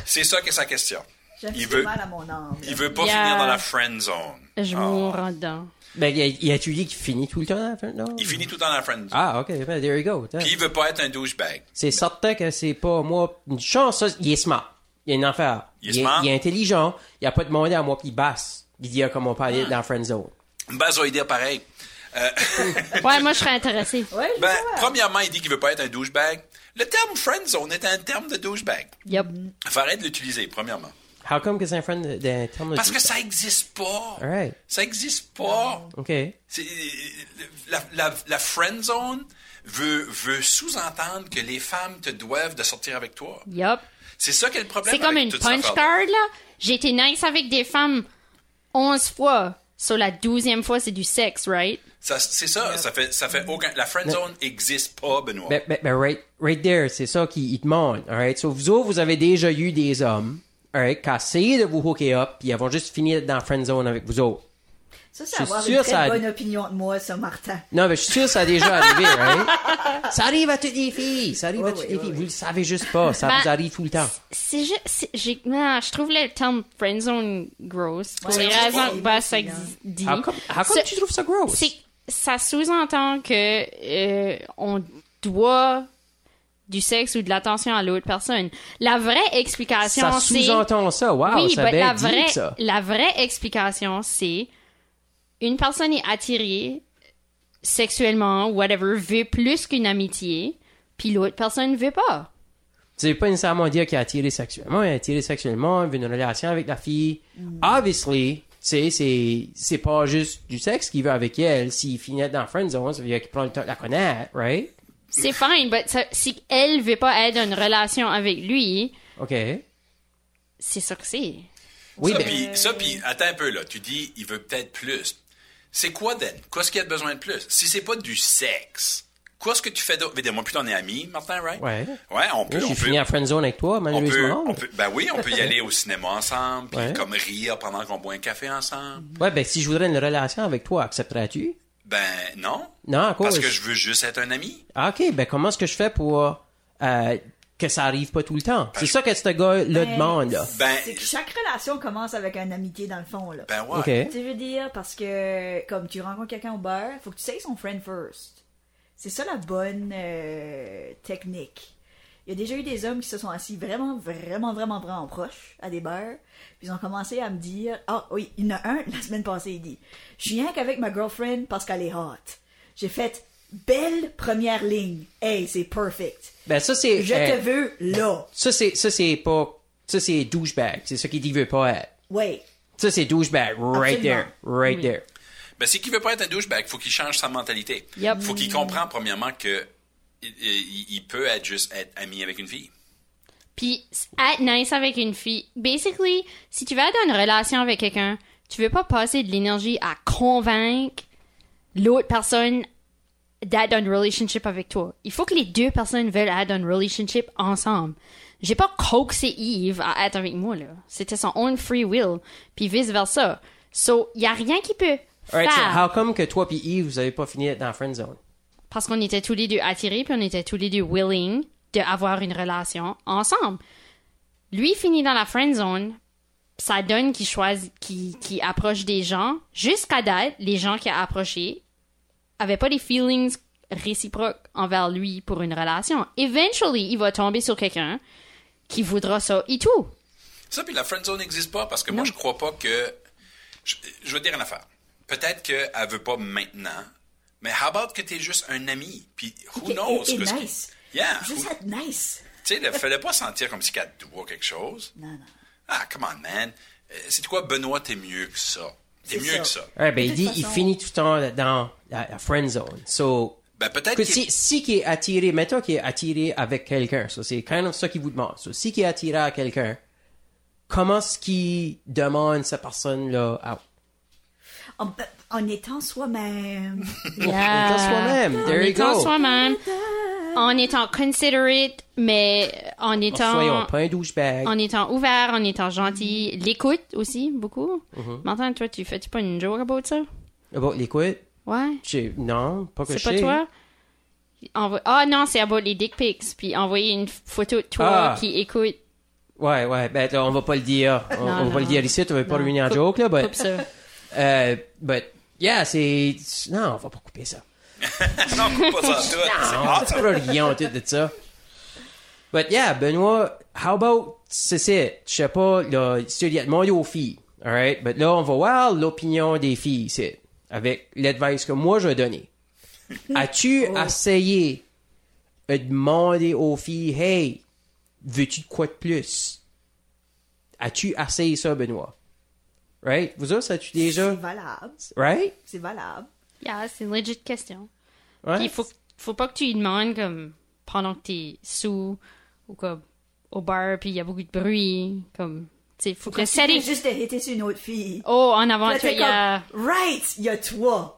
Speaker 3: C'est ça que sa question.
Speaker 4: J'ai
Speaker 3: Il
Speaker 4: fait
Speaker 3: veut-
Speaker 4: mal à mon âme.
Speaker 3: il veut pas
Speaker 1: Yeah.
Speaker 3: finir dans la friend zone.
Speaker 1: Je
Speaker 3: Ah.
Speaker 1: vous rends dedans.
Speaker 2: Ben, y a- y a-tu dit qu'il finit tout le temps, hein, non?
Speaker 3: Il finit tout dans la friend zone.
Speaker 2: Ah, OK. Ben, there you go. Tiens.
Speaker 3: Puis il veut pas être un douchebag.
Speaker 2: C'est certain que c'est pas moi. Une chance, ça, il est smart. Il est une affaire.
Speaker 3: Il est smart.
Speaker 2: Il est intelligent. Il a pas demandé à moi, puis il basse. Il dit, ah, comme on parlait dans Friend Zone.
Speaker 3: Ben, ça va lui dire pareil.
Speaker 1: Ouais, moi, je serais intéressée.
Speaker 4: Ouais, je
Speaker 3: Ben,
Speaker 4: sais pas.
Speaker 3: premièrement, il dit qu'il veut pas être un douchebag. Le terme friend zone est un terme de douchebag.
Speaker 1: Yup.
Speaker 3: Faut arrêter de l'utiliser, premièrement.
Speaker 2: How come que c'est un friend d'un terme de-
Speaker 3: Parce que ça existe pas.
Speaker 2: Alright.
Speaker 3: Ça existe pas.
Speaker 2: OK. Ben, Ouais,
Speaker 3: C'est- La, la, la friend zone veut, veut sous-entendre que les femmes te doivent de sortir avec toi.
Speaker 1: Yup.
Speaker 3: C'est ça qui est le problème.
Speaker 1: C'est comme
Speaker 3: avec
Speaker 1: une
Speaker 3: toute
Speaker 1: punch
Speaker 3: cette affaire-là.
Speaker 1: card, là. J'ai été nice avec des femmes 11 fois. Sur la 12e fois, c'est du sexe, right?
Speaker 3: Ça- C'est ça. Ça fait, ça fait aucun. La friend zone existe pas, Benoît.
Speaker 2: Ben, ben, ben, right, right there, c'est ça qu'il il demande. All right. So, vous autres, vous avez déjà eu des hommes, all right, qui ont essayé de vous hooker up, puis ils vont juste finir dans Friend Zone avec vous autres.
Speaker 4: Ça,
Speaker 2: je
Speaker 4: c'est
Speaker 2: suis
Speaker 4: avoir
Speaker 2: sûr,
Speaker 4: une très
Speaker 2: ça a-
Speaker 4: bonne opinion de moi, ça, Martin.
Speaker 2: Non, mais je suis sûr que ça a déjà arrivé, right? Ça arrive à toutes les filles. Ça arrive à
Speaker 4: Ouais,
Speaker 2: toutes
Speaker 4: ouais,
Speaker 2: les
Speaker 4: ouais,
Speaker 2: filles.
Speaker 4: ouais.
Speaker 2: Vous le savez juste pas. Ça
Speaker 1: Ben,
Speaker 2: vous arrive tout le temps.
Speaker 1: C'est juste. c'est- j'ai- non, je trouve le terme friendzone gross. Pour
Speaker 4: Ouais,
Speaker 1: les
Speaker 4: c'est
Speaker 1: raisons
Speaker 4: pas-
Speaker 1: que Bass dit.
Speaker 2: How come, how come
Speaker 1: Ah, Ce-
Speaker 2: tu trouves ça gross?
Speaker 1: c'est ça sous-entend que euh, on doit du sexe ou de l'attention à l'autre personne. La vraie explication,
Speaker 2: Ça
Speaker 1: c'est
Speaker 2: sous-entend ça. Wow,
Speaker 1: oui,
Speaker 2: ça
Speaker 1: but
Speaker 2: bien
Speaker 1: la
Speaker 2: dit,
Speaker 1: vraie,
Speaker 2: ça.
Speaker 1: la vraie explication, c'est une personne est attirée sexuellement, whatever, veut plus qu'une amitié, puis l'autre personne ne veut pas.
Speaker 2: Tu veux pas nécessairement dire qu'il est attiré sexuellement. Il est attiré sexuellement, il veut une relation avec la fille.
Speaker 1: Mm.
Speaker 2: Obviously, tu sais, c'est, c'est pas juste du sexe qu'il veut avec elle. S'il finit dans la friend zone, ça veut dire qu'il prend le temps de la connaître, right?
Speaker 1: C'est fine, but ça- si elle veut pas être dans une relation avec lui,
Speaker 2: OK.
Speaker 1: c'est ça que c'est.
Speaker 2: Oui,
Speaker 3: ça,
Speaker 2: ben,
Speaker 3: puis, ça, puis, attends un peu, là. Tu dis, il veut peut-être plus. C'est quoi, Dan? Qu'est-ce qu'il y a de besoin de plus? Si c'est pas du sexe, qu'est-ce que tu fais d'autre? Évidemment, plus on est amis, Martin, right?
Speaker 2: Ouais.
Speaker 3: Ouais, on peut,
Speaker 2: je
Speaker 3: on
Speaker 2: suis
Speaker 3: peut,
Speaker 2: fini en friend zone avec toi,
Speaker 3: on peut,
Speaker 2: malheureusement.
Speaker 3: on peut- ben oui, on peut y aller au cinéma ensemble, puis
Speaker 2: Ouais.
Speaker 3: comme rire pendant qu'on boit un café ensemble.
Speaker 2: Ouais, ben, si je voudrais une relation avec toi, accepterais-tu?
Speaker 3: Ben, non.
Speaker 2: Non, à cause.
Speaker 3: Parce que je veux juste être un ami.
Speaker 2: Ah, OK, ben comment est-ce que je fais pour euh, que ça arrive pas tout le temps? C'est ça que ce gars-là demande. là.
Speaker 3: Ben-
Speaker 4: C'est que chaque relation commence avec une amitié, dans le fond, là.
Speaker 3: Ben ouais.
Speaker 2: OK.
Speaker 4: Tu veux dire, parce que comme tu rencontres quelqu'un au beurre, faut que tu sais son friend first. C'est ça la bonne euh, technique. Il y a déjà eu des hommes qui se sont assis vraiment, vraiment, vraiment, vraiment proches à des bars. Puis ils ont commencé à me dire Ah oui, il y en a un la semaine passée, il dit Je suis rien qu'avec ma girlfriend parce qu'elle est hot. J'ai fait Belle première ligne. Hey, c'est perfect.
Speaker 2: Ben, ça, c'est.
Speaker 4: Je
Speaker 2: euh,
Speaker 4: te veux là.
Speaker 2: Ça, c'est, ça, c'est pas. Ça, c'est douchebag. C'est ça qu'il dit qu'il veut pas être.
Speaker 4: Ouais.
Speaker 2: Ça, c'est douchebag. Right
Speaker 4: Absolument.
Speaker 2: there. Right
Speaker 1: Oui.
Speaker 2: there.
Speaker 3: Ben, c'est qu'il veut pas être un douchebag, faut qu'il change sa mentalité.
Speaker 1: Yep.
Speaker 3: Faut qu'il comprenne, premièrement, que il, il- il peut être juste être ami avec une fille.
Speaker 1: Puis être nice avec une fille. Basically, si tu vas dans une relation avec quelqu'un, tu veux pas passer de l'énergie à convaincre l'autre personne d'être dans une relationship avec toi. Il faut que les deux personnes veulent être dans une relationship ensemble. J'ai pas coaxé Yves à être avec moi, là. C'était son own free will. Puis vice-versa. So, y a rien qui peut
Speaker 2: Alright, so
Speaker 1: faire.
Speaker 2: how come que toi pis Yves, vous avez pas fini dans la friend zone?
Speaker 1: parce qu'on était tous les deux attirés, puis on était tous les deux willing d'avoir une relation ensemble. Lui il finit dans la friend zone. Ça donne qu'il choisit, qu'il qu'il approche des gens. Jusqu'à date, les gens qu'il a approchés avaient pas des feelings réciproques envers lui pour une relation. Eventually, il va tomber sur quelqu'un qui voudra ça et tout.
Speaker 3: Ça, puis la friendzone n'existe pas parce que moi, je crois pas que. Je, je veux dire une affaire. Peut-être qu'elle veut pas maintenant, mais how about que t'es juste un ami? Puis who
Speaker 4: Et- et-
Speaker 3: knows?
Speaker 4: et
Speaker 3: que ce qui-
Speaker 4: nice.
Speaker 3: Yeah.
Speaker 4: Juste
Speaker 3: who-
Speaker 4: être nice.
Speaker 3: Tu sais, ne fallait pas sentir comme si qu'elle te doit quelque chose.
Speaker 4: Non, non.
Speaker 3: Ah, come on, man. Euh, C'est quoi, Benoît, t'es mieux que ça. T'es
Speaker 4: C'est
Speaker 3: mieux
Speaker 4: ça.
Speaker 3: que ça.
Speaker 2: Ouais, ben, il
Speaker 4: toute
Speaker 2: dit,
Speaker 4: façon-
Speaker 2: il finit tout le temps dans la, la friend zone. So,
Speaker 3: Ben, peut-être
Speaker 2: que
Speaker 3: qu'il-
Speaker 2: si, si qui est attiré, mettons qu'il est attiré avec quelqu'un, so, c'est kind of ça qu'il vous demande. So, si qui est attiré à quelqu'un, comment est-ce qu'il demande cette personne-là out?
Speaker 4: En, ben, en étant soi-même.
Speaker 1: Yeah.
Speaker 4: Euh,
Speaker 2: étant soi-même.
Speaker 1: En
Speaker 2: There you
Speaker 1: étant
Speaker 2: go.
Speaker 1: soi-même. En étant considerate, mais en étant.
Speaker 2: Oh, Soyons pas un douchebag.
Speaker 1: En étant ouvert, en étant gentil, l'écoute aussi, beaucoup.
Speaker 2: Mhm.
Speaker 1: M'entends, toi, tu fais-tu pas une joke about ça?
Speaker 2: About l'écoute?
Speaker 1: Ouais.
Speaker 2: J'ai- Non, pas que je
Speaker 1: C'est pas
Speaker 2: sais.
Speaker 1: toi? Envo- Ah non, c'est about les dick pics. Puis envoyer une photo de toi
Speaker 2: Ah.
Speaker 1: qui écoute.
Speaker 2: Ouais, ouais, ben là, on va pas le dire. On,
Speaker 1: Non,
Speaker 2: on
Speaker 1: non.
Speaker 2: va le dire ici, tu vas pas
Speaker 1: Non.
Speaker 2: revenir en
Speaker 1: Coupe-
Speaker 2: joke, là,
Speaker 1: Coupe
Speaker 2: but,
Speaker 1: ça.
Speaker 2: euh, but, yeah, c'est, non, on va pas couper ça.
Speaker 3: Non, coupe pas ça en tout. C'est
Speaker 2: Ah,
Speaker 3: hot,
Speaker 2: tu
Speaker 3: ça.
Speaker 2: peux rien tout de ça. But yeah, Benoît, how about, c'est ça, je sais pas, là, si il a demandé aux filles, alright, but là, on va voir l'opinion des filles ici, avec l'advice que moi je vais donner. As-tu
Speaker 1: Oh.
Speaker 2: essayé de demander aux filles, hey, veux-tu de quoi de plus? As-tu essayé ça, Benoît? Right? Vous autres, as-tu déjà?
Speaker 4: C'est valable.
Speaker 2: Right?
Speaker 4: C'est valable.
Speaker 1: Yeah, c'est une legit question.
Speaker 2: Ouais.
Speaker 1: Puis faut, faut pas que tu lui demandes comme pendant que t'es sous ou comme au bar puis il y a beaucoup de bruit comme tu sais faut que le setting
Speaker 4: Juste de hiter sur une autre fille.
Speaker 1: oh en avant
Speaker 4: Là,
Speaker 1: tu vois,
Speaker 4: t'es
Speaker 1: il y a
Speaker 4: comme, Right, il y a toi.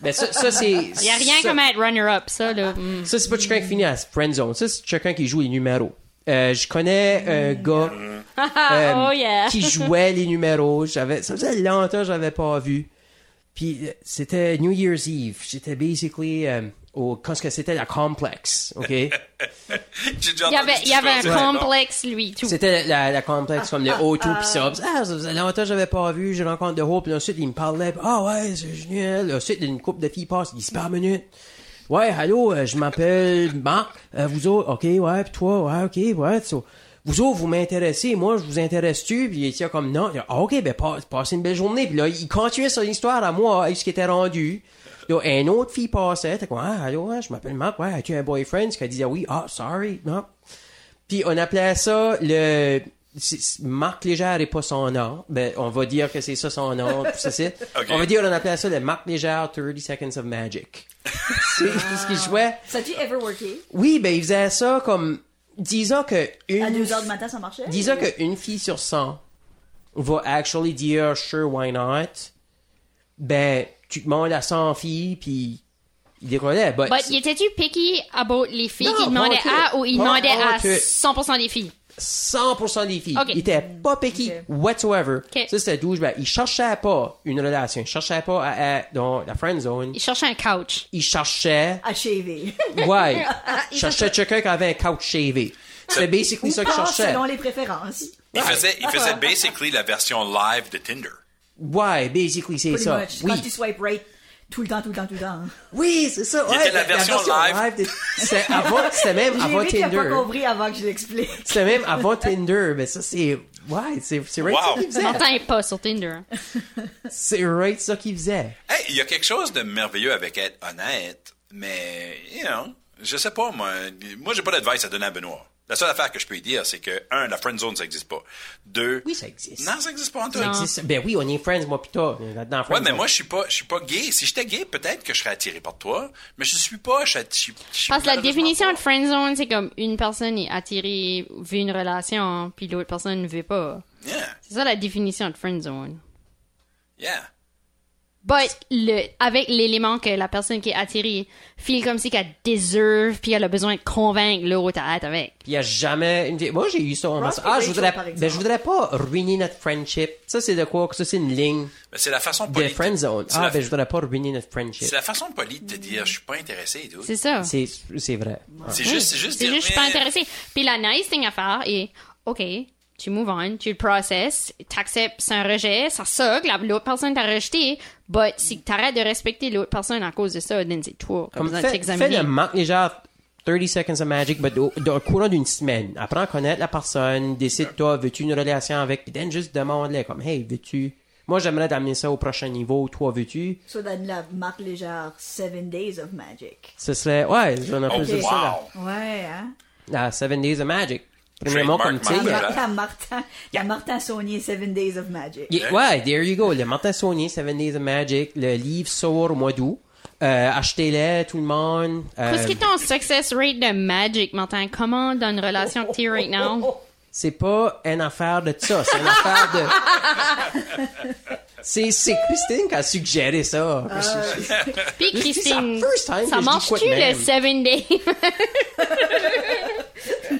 Speaker 2: Ben, ça, ça, c'est.
Speaker 1: il y a rien
Speaker 2: ça-
Speaker 1: comme être runner up ça là. Mm.
Speaker 2: Ça, c'est pas quelqu'un qui finit à friend zone. Ça, c'est quelqu'un qui joue les numéros. Euh, je connais un gars euh,
Speaker 1: oh yeah.
Speaker 2: qui jouait les numéros. J'avais, ça faisait longtemps que j'avais pas vu. Puis euh, c'était New Year's Eve. J'étais basically euh, au quand ce que c'était la complexe, ok.
Speaker 3: J'ai déjà
Speaker 1: Il y
Speaker 3: entendu
Speaker 1: avait
Speaker 3: cette
Speaker 1: il y avait un
Speaker 3: histoire.
Speaker 1: complexe lui tout.
Speaker 2: C'était la, la complexe comme le O2 pis ça. Pis, Ah, ça faisait longtemps que j'avais pas vu, je rencontre de haut, puis ensuite il me parlait, pis, ah ouais, c'est génial. Ensuite, une couple de filles passe, 10 par minute. Ouais, allô, euh, je m'appelle Marc, Euh, vous autres, ok, ouais, pis toi, ouais, ok, ouais, so, vous autres, vous m'intéressez, moi, je vous intéresse-tu? Puis il était comme, non, Il a, Ah, ok, ben, passe, passez une belle journée. Puis là, il continuait son histoire à moi, avec ce qui était rendu. Là, une autre fille passait, t'es comme, ah, allô, ouais, je m'appelle Marc, ouais, as-tu un boyfriend? Ce qu'elle disait, oui, ah, sorry, non. Puis on appelait ça le c'est- c'est- Marc Légère et pas son nom. Ben, on va dire que c'est ça son nom. puis ça, c'est-
Speaker 3: Ok.
Speaker 2: On va dire on appelait ça le Marc Légère 30 Seconds of Magic. c'est ce qu'il jouait.
Speaker 4: Ça tu ever worké?
Speaker 2: Oui, ben il faisait ça comme disons que une
Speaker 4: À 2 heures du matin, ça marchait?
Speaker 2: disons que une fille sur 100 va actually dire sure why not. Ben tu demandes à 100 filles puis il décollait. But,
Speaker 1: But il était-tu picky about les filles
Speaker 2: Non,
Speaker 1: qui demandaient
Speaker 2: pas
Speaker 1: à
Speaker 2: en
Speaker 1: ou il
Speaker 2: tout. Pas
Speaker 1: demandait
Speaker 2: en
Speaker 1: à
Speaker 2: tout.
Speaker 1: 100% des filles?
Speaker 2: 100% des filles.
Speaker 1: Ok.
Speaker 2: Il était pas picky whatsoever.
Speaker 1: Ok.
Speaker 2: Ça, c'était douchebag. Il cherchait pas une relation. Il cherchait pas à être dans la friend zone.
Speaker 1: Il cherchait un couch.
Speaker 2: Il cherchait,
Speaker 4: À shaver.
Speaker 2: ouais,
Speaker 4: Ah,
Speaker 2: il cherchait quelqu'un qui avait un couch shavé. C'est basically ça qu'il
Speaker 4: Pas
Speaker 2: cherchait.
Speaker 4: selon les préférences.
Speaker 3: Il faisait, il faisait basically la version live de Tinder.
Speaker 2: Ouais, basically, c'est
Speaker 4: Pretty
Speaker 2: ça.
Speaker 4: much. Quand tu
Speaker 2: Oui,
Speaker 4: swipes right tout le temps, tout le temps, tout le temps.
Speaker 2: oui c'est ça. Ouais,
Speaker 3: était la version live.
Speaker 2: de- C'est avant, c'était même
Speaker 4: J'ai
Speaker 2: avant
Speaker 4: vu qu'il a pas
Speaker 2: Tinder.
Speaker 4: compris avant que je l'explique.
Speaker 2: C'était même avant Tinder, mais ça, c'est, ouais, c'est, c'est right
Speaker 3: Wow.
Speaker 2: ça qu'il faisait.
Speaker 1: Martin est pas sur Tinder.
Speaker 2: C'est right ça qu'il faisait.
Speaker 3: Hey, il y a quelque chose de merveilleux avec être honnête, mais, you know, je sais pas, moi. Moi, j'ai pas d'advice à donner à Benoît. La seule affaire que je peux lui dire, c'est que, un, la friend zone, ça existe pas. Deux.
Speaker 2: Oui, ça existe.
Speaker 3: Non, ça existe pas en tout.
Speaker 1: Non.
Speaker 2: C'est ça. Ben oui, on est friends, moi, pis toi. Dans
Speaker 3: Ouais, mais moi, je suis pas, je suis pas gay. Si j'étais gay, peut-être que je serais attiré par toi, mais je suis pas. Je, je- je-
Speaker 1: Parce que la
Speaker 3: malheureusement
Speaker 1: définition
Speaker 3: pas.
Speaker 1: de friend zone, c'est comme une personne est attirée, veut une relation, puis l'autre personne ne veut pas.
Speaker 3: Yeah,
Speaker 1: C'est ça la définition de friend zone.
Speaker 3: yeah.
Speaker 1: But le, avec l'élément que la personne qui est attirée feel comme si qu'elle deserve, puis elle a besoin de convaincre l'autre à être avec.
Speaker 2: Il n'y a jamais une vie- Moi, j'ai eu ça. en
Speaker 4: Ross et
Speaker 2: Ah, je
Speaker 4: Rachel,
Speaker 2: voudrais,
Speaker 4: par exemple.
Speaker 2: ben, je voudrais pas ruiner notre friendship. Ça, c'est de quoi? Ça, c'est une ligne
Speaker 3: Mais c'est la façon
Speaker 2: de
Speaker 3: polie.
Speaker 2: friend zone.
Speaker 3: C'est
Speaker 2: Ah,
Speaker 3: la-
Speaker 2: ben, je voudrais pas ruiner notre
Speaker 3: C'est
Speaker 2: friendship.
Speaker 3: la façon polie de te dire, je suis pas intéressé, dude.
Speaker 1: C'est ça.
Speaker 2: C'est, c'est vrai.
Speaker 3: C'est
Speaker 1: Oui.
Speaker 3: juste, c'est juste
Speaker 1: C'est
Speaker 3: dire,
Speaker 1: juste, je suis pas
Speaker 3: mais-
Speaker 1: intéressée. Puis la nice thing à faire est, OK, tu move on, tu le processes, t'acceptes, c'est un rejet, ça suck, la- l'autre personne t'a rejeté, but si t'arrêtes de respecter l'autre personne à cause de ça, then c'est toi, comme
Speaker 2: Comme
Speaker 1: besoin de
Speaker 2: fais, fais
Speaker 1: t'examiner.
Speaker 2: le manque déjà 30 seconds of magic, mais au, au courant d'une semaine. Apprends à connaître la personne, décide-toi, veux-tu une relation avec, puis then juste demande-les comme, hey, veux-tu, moi j'aimerais t'amener ça au prochain niveau, toi veux-tu,
Speaker 4: Ça, dans la marque légère, Seven Days of Magic.
Speaker 2: ce serait, ouais, on a
Speaker 3: Oh,
Speaker 2: plus de ça là.
Speaker 3: wow!
Speaker 4: Ouais, hein?
Speaker 2: Ah, Seven Days of Magic. Premièrement, comme
Speaker 3: Trademark,
Speaker 2: tu sais,
Speaker 4: La,
Speaker 3: Martin.
Speaker 4: Mar- la Martin, la Martin Saunier, Seven Days of Magic.
Speaker 2: Yeah, ouais, there you go. Le Martin Saunier, Seven Days of Magic. Le livre sort au mois d'août. Euh, achetez-le, tout le monde. Euh,
Speaker 1: Qu'est-ce qui est ton success rate de Magic, Martin? Comment dans une relation que t'es right now?
Speaker 2: c'est pas une affaire de ça, c'est une affaire de... C'est, c'est Christine qui a suggéré ça.
Speaker 1: Puis
Speaker 2: c'est
Speaker 1: Christine,
Speaker 2: la first time
Speaker 1: ça
Speaker 2: que je dis quoi de
Speaker 1: marche-tu le
Speaker 2: même?
Speaker 1: 7 day?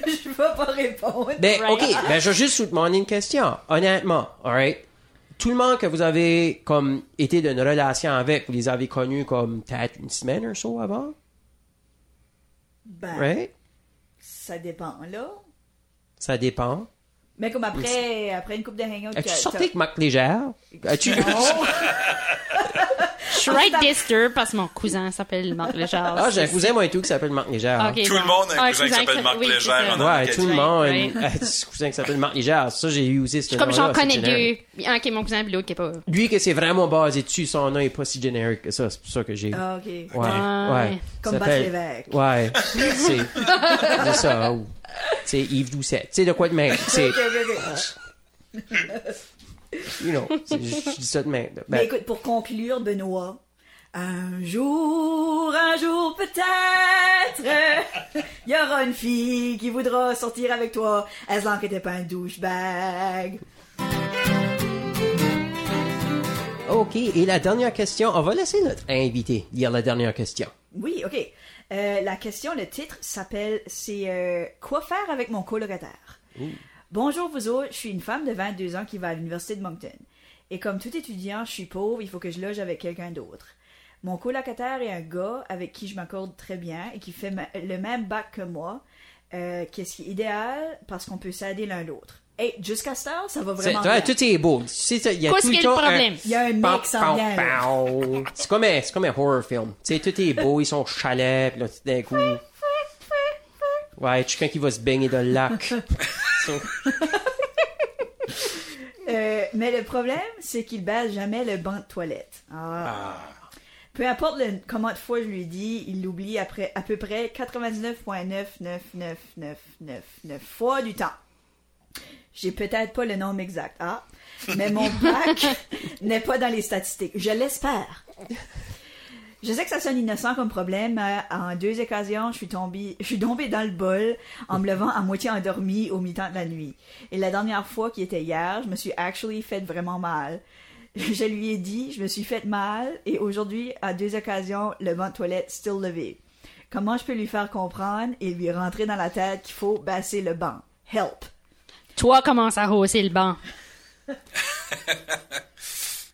Speaker 4: Je vais pas répondre.
Speaker 2: Ben,
Speaker 1: Right.
Speaker 2: OK, ben, je vais juste vous demander une question, honnêtement, alright? Tout le monde que vous avez, comme, été d'une relation avec, vous les avez connus, comme, peut-être une semaine ou so avant,
Speaker 4: Ben,
Speaker 2: right?
Speaker 4: ça dépend, là.
Speaker 2: Ça dépend.
Speaker 4: Mais comme après, après une coupe de hangout...
Speaker 2: As-tu
Speaker 4: que-
Speaker 2: sorti
Speaker 4: t'as-
Speaker 2: avec Marc Légère? As-tu...
Speaker 1: Shrike Dister, parce que mon cousin s'appelle Marc Lechard.
Speaker 2: Ah, j'ai un cousin, moi, et tout, qui s'appelle Marc Légère.
Speaker 1: Ok,
Speaker 3: Tout le
Speaker 1: bon.
Speaker 3: monde a un
Speaker 1: Ah,
Speaker 3: cousin qui s'appelle Marc
Speaker 1: oui, c'est
Speaker 3: Légère,
Speaker 1: ça.
Speaker 3: on a-
Speaker 2: Ouais, tout le monde. Ah,
Speaker 1: Right,
Speaker 2: a un cousin qui s'appelle Marc Légère. Ça, j'ai eu aussi ce
Speaker 1: Comme j'en
Speaker 2: nom-là, c'est
Speaker 1: connais
Speaker 2: générique.
Speaker 1: deux. Il y a Un qui est mon cousin, puis l'autre qui est pas.
Speaker 2: Lui, que c'est vraiment basé dessus, son nom est pas si générique que ça. C'est pour ça que j'ai eu.
Speaker 4: Ah, ok.
Speaker 2: Ouais, ouais.
Speaker 4: Comme
Speaker 2: Ça
Speaker 4: Bas
Speaker 2: s'appelle-
Speaker 4: Lévesque.
Speaker 2: Ouais. C'est c'est ça. ou- C'est Yves Doucet. C'est de quoi de même. C'est,
Speaker 4: Ok, ok, ok.
Speaker 2: you know, c'est- je je dis ça de même. Ben,
Speaker 4: Mais écoute, pour conclure, Benoît, un jour, un jour peut-être, il y aura une fille qui voudra sortir avec toi, as long que t'es pas un douchebag.
Speaker 2: OK. Et la dernière question, on va laisser notre invité lire la dernière question.
Speaker 4: Oui, ok. Euh, la question, le titre s'appelle C'est euh, Quoi faire avec mon colocataire Bonjour vous autres, je suis une femme de 22 ans qui va à l'université de Moncton. Et comme tout étudiant, je suis pauvre, il faut que je loge avec quelqu'un d'autre. Mon colocataire est un gars avec qui je m'accorde très bien et qui fait ma- le même bac que moi, euh, qu'est-ce qui est idéal parce qu'on peut s'aider l'un l'autre. Et jusqu'à cette heure, ça va
Speaker 2: C'est,
Speaker 4: vraiment
Speaker 2: ouais,
Speaker 4: bien.
Speaker 2: tout est beau. Tu sais, ça, il y a
Speaker 1: Qu'est-ce
Speaker 2: tout le
Speaker 1: qui est le
Speaker 2: temps un-
Speaker 1: problème?
Speaker 4: Il y a un
Speaker 2: Pow,
Speaker 4: mec
Speaker 2: pow,
Speaker 4: sans bien. là.
Speaker 2: pow. C'est comme un, c'est comme un horror film. Tu sais, tout est beau, ils sont au chalet, puis là, tout d'un coup. Ouais, quelqu'un qui va se baigner dans le lac.
Speaker 4: Euh, mais le problème, c'est qu'il base jamais le banc de toilette. Ah. Peu importe le- comment de fois je lui dis, il l'oublie après à peu près 99,99999 fois du temps. J'ai peut-être pas le nombre exact, ah, mais mon bac n'est pas dans les statistiques. Je l'espère. Je sais que ça sonne innocent comme problème. euh, En deux occasions, je suis tombée, je suis tombée dans le bol en me levant à moitié endormie au mi-temps de la nuit. Et la dernière fois, qui était hier, je me suis actually fait vraiment mal. Je lui ai dit, je me suis fait mal, et aujourd'hui, à deux occasions, le banc de toilette still levé. Comment je peux lui faire comprendre et lui rentrer dans la tête qu'il faut basser le banc? Help!
Speaker 1: Toi, commence à hausser le banc.
Speaker 2: Qu'est-ce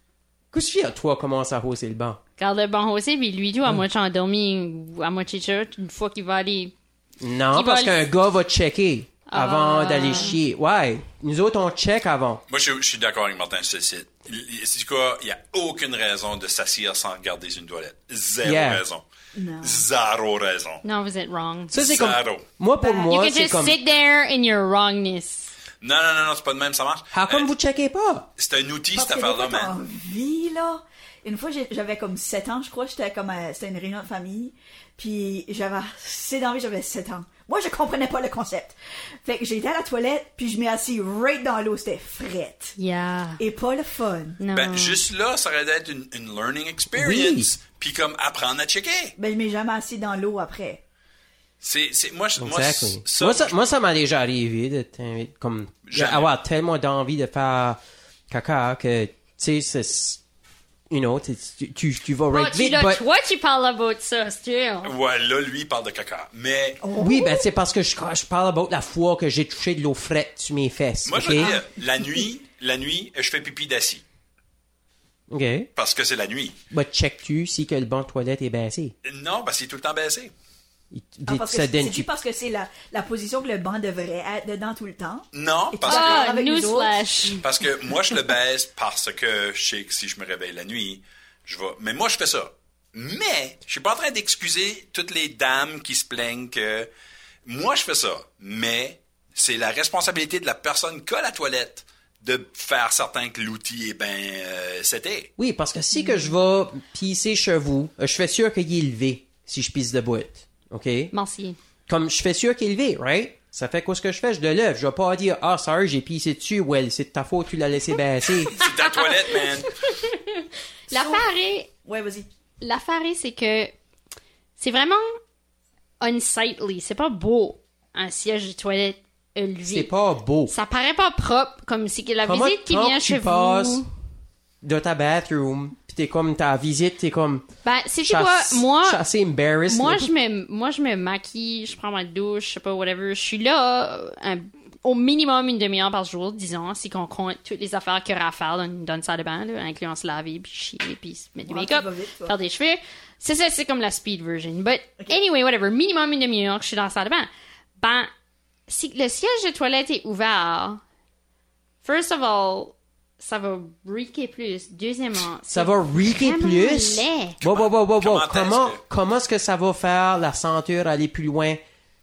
Speaker 2: que tu fais, toi, commence à hausser le banc?
Speaker 1: Garde le banc haussé, puis lui, tout à moitié endormi, ou à moitié shirt, une fois qu'il va aller.
Speaker 2: Non,
Speaker 1: Qui Ah.
Speaker 2: parce
Speaker 1: va le-
Speaker 2: qu'un gars va checker avant d'aller chier. Ouais, nous autres, on check avant.
Speaker 3: Moi, je, je suis d'accord avec Martin sur le site. Il- il- C'est quoi? Il n'y a aucune raison de s'assire sans regarder une toilette. Zéro
Speaker 2: Yeah.
Speaker 3: raison. Zéro raison.
Speaker 1: Non, vous êtes wrong.
Speaker 2: Ça, c'est comme.
Speaker 3: Zéro.
Speaker 2: Moi, pour
Speaker 1: Bah, you
Speaker 2: moi,
Speaker 1: can
Speaker 2: c'est
Speaker 1: just
Speaker 2: comme.
Speaker 1: sit there in your wrongness.
Speaker 3: Non, non, non, non, c'est pas de même, ça marche.
Speaker 2: Ah, comme
Speaker 3: Euh,
Speaker 2: vous checkez pas?
Speaker 3: C'est un outil,
Speaker 4: Parce
Speaker 3: cette
Speaker 4: que des
Speaker 3: affaire-là,
Speaker 4: fois,
Speaker 3: man.
Speaker 4: t'as envie, là. Une fois, j'ai- j'avais comme 7 ans, je crois, j'étais comme, à- c'était une réunion de famille, puis j'avais assez d'envie, j'avais 7 ans. Moi, je comprenais pas le concept. Fait que j'étais à la toilette, puis je m'ai assis right dans l'eau, c'était frette.
Speaker 1: Yeah.
Speaker 4: Et pas le fun.
Speaker 1: Non.
Speaker 3: Ben, juste là, ça aurait d'être une, une learning experience. Puis comme apprendre à checker.
Speaker 4: Ben, je m'ai jamais assis dans l'eau après.
Speaker 3: C'est, c'est, moi, je- moi,
Speaker 2: Exactly.
Speaker 3: c- ça,
Speaker 2: Moi, ça, moi, ça m'a déjà arrivé de t'inviter, comme,
Speaker 3: Jamais.
Speaker 2: avoir tellement d'envie de faire caca que, tu sais, c'est, you know, tu, tu- tu, tu vas
Speaker 1: Oh,
Speaker 2: right
Speaker 1: tu
Speaker 2: vite,
Speaker 1: l'as-
Speaker 2: but-
Speaker 1: toi, tu parles about ça, still.
Speaker 3: ouais, là, lui, il parle de caca. Mais
Speaker 2: Oui, ben, c'est parce que je, je parle about la fois que j'ai touché de l'eau frette sur mes fesses.
Speaker 3: moi,
Speaker 2: ok?
Speaker 3: je veux dire, la nuit, la nuit, je fais pipi d'assis.
Speaker 2: Ok.
Speaker 3: Parce que c'est la nuit.
Speaker 2: Bah, check-tu si que le banc de toilette est baissé?
Speaker 3: Non, parce qu'il est tout le temps baissé.
Speaker 2: Il-
Speaker 4: Ah, parce que
Speaker 2: ça
Speaker 4: c'est-
Speaker 2: donne-
Speaker 4: c'est-tu parce que c'est la, la position que le banc devrait être dedans tout le temps.
Speaker 3: Non,
Speaker 4: Et
Speaker 3: parce
Speaker 4: tu-
Speaker 3: que
Speaker 1: Ah,
Speaker 4: Avec nous
Speaker 1: newsflash!
Speaker 3: Parce que moi, je le baise parce que je sais que si je me réveille la nuit, je vais. Mais moi, je fais ça. Mais je suis pas en train d'excuser toutes les dames qui se plaignent que moi, je fais ça. Mais c'est la responsabilité de la personne qui a la toilette de faire certain que l'outil est bien euh, c'était.
Speaker 2: Oui, parce que si que je vais pisser chez vous, euh, je fais sûr qu'il est levé si je pisse de boîte. OK?
Speaker 1: Merci.
Speaker 2: Comme je fais sûr qu'il est levé, right? Ça fait quoi ce que je fais? Je le lève. Je vais pas dire, ah, sorry, j'ai pissé dessus. Well, c'est de ta faute, tu l'as laissé baisser.
Speaker 3: C'est ta toilette, man.
Speaker 1: L'affaire est,
Speaker 4: Ouais, vas-y.
Speaker 1: l'affaire est, c'est que c'est vraiment unsightly. C'est pas beau, un siège de toilette élevé.
Speaker 2: c'est pas beau.
Speaker 1: Ça paraît pas propre, comme si la
Speaker 2: Comment
Speaker 1: visite qui
Speaker 2: tant
Speaker 1: vient
Speaker 2: que
Speaker 1: chez
Speaker 2: tu passes
Speaker 1: vous.
Speaker 2: de ta bathroom, pis t'es comme, ta visite, t'es comme,
Speaker 1: Ben, c'est
Speaker 2: chasse-
Speaker 1: quoi, moi,
Speaker 2: chassé, embarrassed.
Speaker 1: moi
Speaker 2: là.
Speaker 1: je me, moi je me maquille, je prends ma douche, je sais pas whatever. Je suis là euh, un- au minimum une demi-heure par jour, disons, si qu'on compte toutes les affaires qu'il y aura à faire dans, dans une salle de bain, là, incluant se laver, puis chier, puis se mettre du
Speaker 4: Ouais,
Speaker 1: make-up,
Speaker 4: ça va vite, ça.
Speaker 1: faire des cheveux. C'est ça, c'est comme la speed version. But anyway, whatever, minimum une demi-heure, que je suis dans la salle de bain. Ben, si le siège de toilette est ouvert, first of all, ça va briquer plus. Deuxièmement, c'est
Speaker 2: Ça va reeker
Speaker 1: vraiment
Speaker 2: plus.
Speaker 1: laid.
Speaker 2: Bon, bon, bon, bon, bon.
Speaker 3: Comment est-ce
Speaker 2: Comment,
Speaker 3: que-
Speaker 2: comment est-ce que ça va faire la ceinture aller plus loin